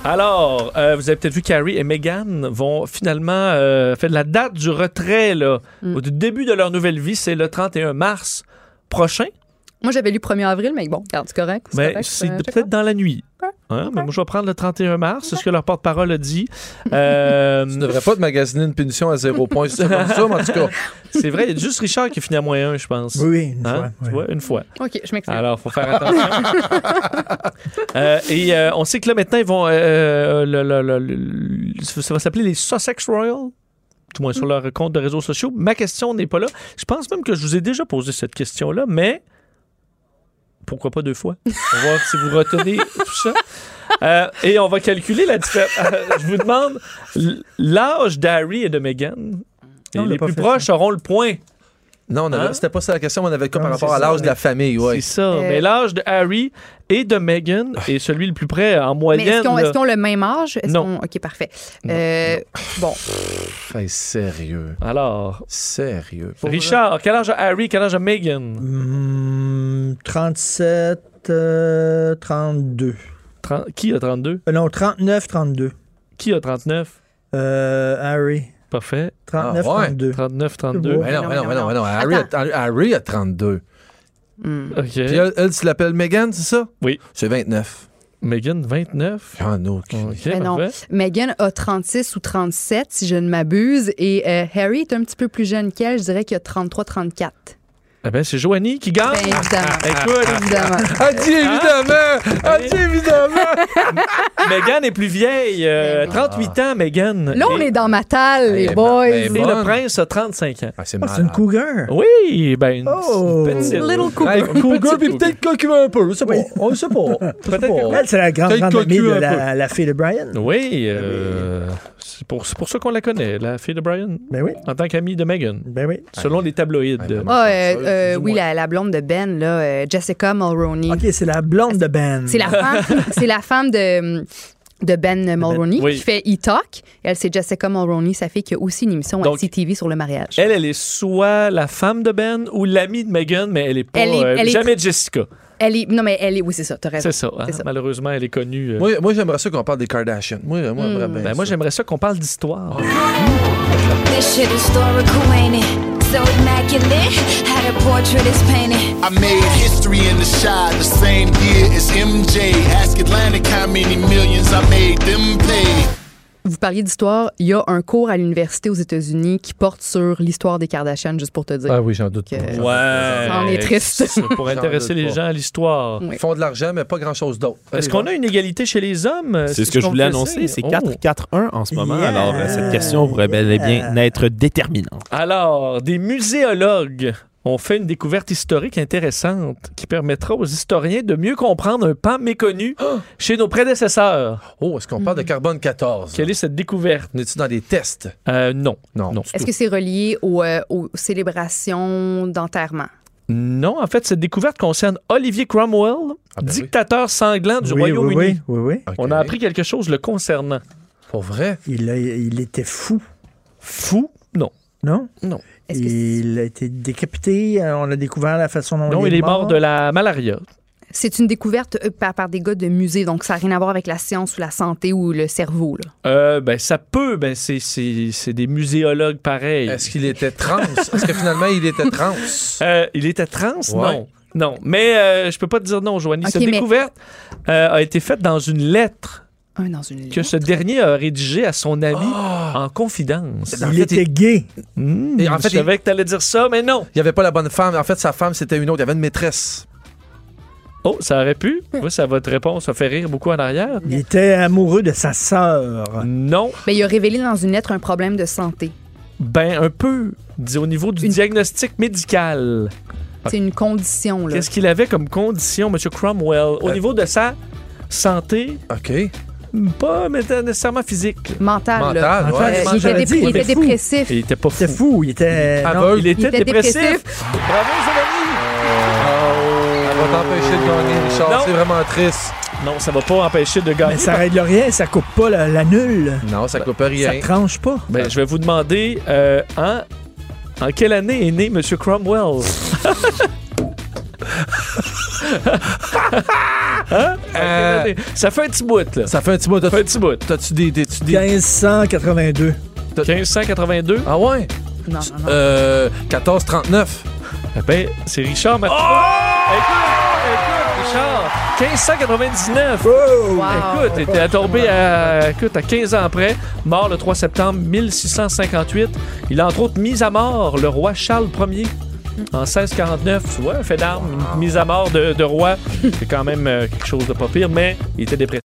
Speaker 3: Alors, euh, vous avez peut-être vu Carrie et Meghan vont finalement euh, faire de la date du retrait, là,
Speaker 4: Mm.
Speaker 3: au début de leur nouvelle vie, c'est le 31 mars prochain.
Speaker 4: Moi, j'avais lu 1er avril, mais bon, regarde, c'est correct. c'est
Speaker 3: Mais
Speaker 4: correct,
Speaker 3: Ben, c'est
Speaker 4: euh, check
Speaker 3: peut-être dans la nuit.
Speaker 4: Ouais,
Speaker 3: Hein, Mais moi, je vais prendre le 31 mars, c'est ce que leur porte-parole a dit. Euh,
Speaker 6: Tu devrais pas te magasiner une punition à zéro point, c'est comme ça, mais en tout cas.
Speaker 3: c'est vrai, il y a juste Richard qui finit à moins 1, je pense.
Speaker 5: oui, une
Speaker 3: Hein?
Speaker 5: fois,
Speaker 3: Tu
Speaker 5: oui.
Speaker 3: vois, une fois.
Speaker 4: out. OK, je m'excuse.
Speaker 3: Alors, faut faire attention. Euh, et euh, on sait que là, maintenant, ils vont. euh, euh, le- le- le- le- ça va s'appeler les Sussex Royal, tout moins sur
Speaker 5: Mm.
Speaker 3: leur compte de réseaux sociaux. Ma question n'est pas là. Je pense même que je vous ai déjà posé cette question-là, mais pourquoi pas deux fois? On va voir si vous retenez tout ça. Euh, et on va calculer la différence. Euh, je vous demande l- l'âge d'Harry et de Meghan. Et
Speaker 5: Non, on l'a
Speaker 3: les
Speaker 5: pas
Speaker 3: plus
Speaker 5: fait,
Speaker 3: proches auront le point.
Speaker 6: Non, on avait-
Speaker 3: Hein?
Speaker 6: c'était pas ça la question, on avait comme par
Speaker 5: Non,
Speaker 6: rapport
Speaker 5: c'est
Speaker 6: à
Speaker 5: ça,
Speaker 6: l'âge de la famille, ouais. Ah.
Speaker 3: C'est ça.
Speaker 4: Euh,
Speaker 3: Mais l'âge de Harry et de Meghan est celui le plus près en
Speaker 4: Mais est-ce
Speaker 3: moyenne.
Speaker 4: qu'ils ont, est-ce
Speaker 3: là.
Speaker 4: qu'ils ont le même âge? Est-ce
Speaker 3: Non.
Speaker 4: qu'on- OK, parfait. Euh, Bon,
Speaker 6: Hey, sérieux.
Speaker 3: Alors,
Speaker 6: Sérieux. Pour
Speaker 3: Richard, quel âge a Harry, quel âge a Meghan?
Speaker 5: Hum, 37, euh, 32.
Speaker 3: Tren- Qui a 32?
Speaker 5: Euh, non, 39, 32.
Speaker 3: Qui a 39?
Speaker 5: Euh, Harry,
Speaker 3: Parfait.
Speaker 5: 39,
Speaker 6: Ah ouais.
Speaker 5: 32.
Speaker 3: 39, 32.
Speaker 6: vrai. Mais non, mais non, mais non, mais non. Harry, a, Harry a 32.
Speaker 4: hmm.
Speaker 3: OK.
Speaker 6: Puis elle, elle, tu l'appelles Megan, c'est ça?
Speaker 3: Oui.
Speaker 6: C'est 29.
Speaker 3: Megan, 29.
Speaker 6: Ah, non.
Speaker 4: Mais non. Meghan a 36 ou 37, si je ne m'abuse, et euh, Harry est un petit peu plus jeune qu'elle. Je dirais qu'il a 33-34.
Speaker 3: Eh ben, c'est Joanie qui gagne.
Speaker 4: Ben, évidemment.
Speaker 3: Écoute.
Speaker 4: Évidemment.
Speaker 6: Ah, dis évidemment! Ah, dis évidemment!
Speaker 3: Megan est plus vieille. euh, 38 ans, Megan.
Speaker 4: Ben Là, on
Speaker 3: Et-
Speaker 4: est dans ma talle, les
Speaker 3: Et
Speaker 4: boys.
Speaker 3: le prince a 35 ans.
Speaker 6: c'est
Speaker 5: Ah, c'est une cougar.
Speaker 3: Oui, ben, une
Speaker 5: Oh.
Speaker 3: petite-
Speaker 4: Little cougar.
Speaker 6: Hey, Cougar, puis peut-être cocu un peu, je sais pas.
Speaker 5: Oui.
Speaker 6: On le sait pas. Je sais
Speaker 3: Peut-être
Speaker 6: pas.
Speaker 5: Elle, c'est la grande,
Speaker 6: Peut-être
Speaker 5: grande
Speaker 6: cocu
Speaker 5: amie de
Speaker 6: un
Speaker 5: la, la fille de Brian.
Speaker 3: Oui, euh, c'est pour, c'est pour ça qu'on la connaît, la fille de Brian,
Speaker 5: Ben oui,
Speaker 3: en tant qu'amie de Meghan,
Speaker 5: ben oui.
Speaker 3: selon les tabloïds.
Speaker 6: Ouais, vraiment.
Speaker 4: Ah, euh, euh,
Speaker 6: Dis-moi.
Speaker 4: oui, la, la blonde de Ben, là, euh, Jessica Mulroney.
Speaker 5: OK, c'est la blonde de Ben.
Speaker 4: C'est la femme, c'est la femme de, de Ben Mulroney
Speaker 3: oui.
Speaker 4: qui fait E-Talk. Elle, c'est Jessica Mulroney, sa fille qui a aussi une émission
Speaker 3: Donc-
Speaker 4: à CTV sur le mariage.
Speaker 3: Elle, elle est soit la femme de Ben ou l'amie de Meghan, mais elle est pas
Speaker 4: Elle est-
Speaker 3: euh,
Speaker 4: elle est-
Speaker 3: jamais Jessica.
Speaker 4: Elle est, non, mais elle est, oui, c'est ça, t'as raison.
Speaker 3: C'est ça, hein.
Speaker 4: C'est ça.
Speaker 3: Malheureusement, elle est connue. euh.
Speaker 6: Moi, moi j'aimerais ça qu'on parle des Kardashians. Moi, moi, j'aimerais bien
Speaker 3: Ben, moi,
Speaker 6: ça.
Speaker 3: j'aimerais ça qu'on parle d'histoire.
Speaker 7: This shit historical, ain't it? So immaculate, how the portrait is painted.
Speaker 2: I made history in the shot the same year as MJ. Ask Atlantic how many millions I made them pay.
Speaker 4: Vous parliez d'histoire, il y a un cours à l'université aux États-Unis qui porte sur l'histoire des Kardashians, juste pour te dire.
Speaker 6: Ah oui, j'en doute.
Speaker 4: Que-
Speaker 6: pas.
Speaker 3: Ouais.
Speaker 4: Ça en est triste. Mm.
Speaker 3: C'est Pour intéresser les
Speaker 6: doute pas.
Speaker 3: gens à l'histoire.
Speaker 6: Ils font de l'argent, mais pas grand-chose d'autre.
Speaker 3: Est-ce qu'on a une égalité chez les hommes?
Speaker 8: C'est ce que je
Speaker 3: qu'on
Speaker 8: voulais
Speaker 3: fait
Speaker 8: annoncer, c'est
Speaker 3: Oh.
Speaker 8: 4-4-1 en ce moment.
Speaker 5: Yeah.
Speaker 8: Alors, euh, cette question pourrait bel et bien n'être déterminante.
Speaker 3: Alors, des muséologues ont fait une découverte historique intéressante qui permettra aux historiens de mieux comprendre un pan méconnu chez nos prédécesseurs.
Speaker 6: Oh, est-ce qu'on parle de carbone 14?
Speaker 3: Hmm. Quelle est cette découverte?
Speaker 6: On est-tu dans des tests?
Speaker 3: Euh, non.
Speaker 6: Non.
Speaker 3: Non.
Speaker 4: Est-ce que c'est relié au, euh, aux célébrations d'enterrement?
Speaker 3: Non, en fait, cette découverte concerne Olivier Cromwell,
Speaker 6: Ah ben oui.
Speaker 3: dictateur sanglant du
Speaker 5: oui,
Speaker 3: Royaume-Uni.
Speaker 5: oui, oui, oui, oui.
Speaker 3: On a appris quelque chose le concernant.
Speaker 6: Pour vrai?
Speaker 5: Il, a- il était fou,
Speaker 3: Fou? Non.
Speaker 5: non?
Speaker 4: Est-ce que c'est-
Speaker 5: Il a été décapité. euh, On a découvert la façon dont
Speaker 3: non, il est mort de la malaria.
Speaker 4: c'est une découverte euh, par, par des gars de musée, donc ça n'a rien à voir avec la science ou la santé ou le cerveau. là.
Speaker 3: Euh, ben, ça peut, ben, c'est- c'est c'est des muséologues pareils.
Speaker 6: Est-ce qu'il était trans? est-ce que finalement, il était trans?
Speaker 3: Euh, il était trans?
Speaker 6: Ouais.
Speaker 3: Non. Non. Mais euh, je peux pas te dire non, Joanie.
Speaker 4: Ok,
Speaker 3: Cette
Speaker 4: mais-
Speaker 3: découverte euh, a été faite dans une lettre
Speaker 4: Un dans une
Speaker 3: que ce dernier a rédigée à son ami en confidence.
Speaker 5: Il était gay.
Speaker 3: Mmh,
Speaker 6: Et en fait,
Speaker 3: je savais que t'allais dire ça, mais non.
Speaker 6: Il n'y avait pas la bonne femme. En fait, sa femme, c'était une autre. Il y avait une maîtresse.
Speaker 3: Oh, ça aurait pu. Oui, ça, votre réponse ça fait rire beaucoup en arrière.
Speaker 5: Il était amoureux de sa sœur.
Speaker 3: Non.
Speaker 4: Ben, il a révélé dans une lettre un problème de santé.
Speaker 3: Ben, un peu. Dis, au niveau du
Speaker 4: Une-
Speaker 3: diagnostic médical.
Speaker 4: C'est une condition. Là.
Speaker 3: Qu'est-ce qu'il avait comme condition, M. Cromwell, au
Speaker 6: Euh,
Speaker 3: niveau de sa santé,
Speaker 6: OK.
Speaker 3: pas méta- nécessairement physique.
Speaker 4: Mental. là.
Speaker 6: Mentale,
Speaker 5: Mental,
Speaker 6: ouais.
Speaker 4: Euh,
Speaker 3: Ah,
Speaker 5: mental,
Speaker 4: il était,
Speaker 5: j'avais dit,
Speaker 4: dépr- il
Speaker 5: il
Speaker 4: était
Speaker 5: était fou.
Speaker 4: dépressif.
Speaker 3: Et il était pas fou.
Speaker 5: Il était fou. Il était. non,
Speaker 3: Il était,
Speaker 4: Il était
Speaker 3: dépressif.
Speaker 4: dépressif.
Speaker 3: Bravo, Joanie.
Speaker 6: Elle va t'empêcher de gagner, Richard.
Speaker 3: Non.
Speaker 6: C'est vraiment triste.
Speaker 3: Non, ça va pas empêcher de gagner.
Speaker 5: Mais ça règle rien, ça coupe pas la, la nulle.
Speaker 6: Non, ça coupe
Speaker 5: Ça
Speaker 6: rien.
Speaker 5: tranche pas.
Speaker 3: Ben, je vais vous demander euh, en, en quelle année est né M. Cromwell? Hein? En quelle
Speaker 6: Euh,
Speaker 3: année? Ça fait un petit bout, là. Ça
Speaker 6: Ça fait un petit bout.
Speaker 3: fait un
Speaker 6: T'as-tu
Speaker 3: petit bout.
Speaker 6: t'as-tu des, des, tu- des...
Speaker 5: 1582.
Speaker 3: 1582.
Speaker 6: Ah ouais?
Speaker 4: Non, non, non.
Speaker 6: Euh, 14-39.
Speaker 3: Ben, c'est Richard Mathieu. Écoute, écoute, Richard, 1599.
Speaker 5: Oh!
Speaker 4: Wow.
Speaker 3: Écoute, était à tombé à, écoute, à 15 ans après, mort le 3 septembre 1658. Il a entre autres mis à mort le roi Charles Ier en 1649. Tu vois, un fait d'armes, une mise à mort de, de roi, c'est quand même euh, quelque chose de pas pire, mais il était dépressif.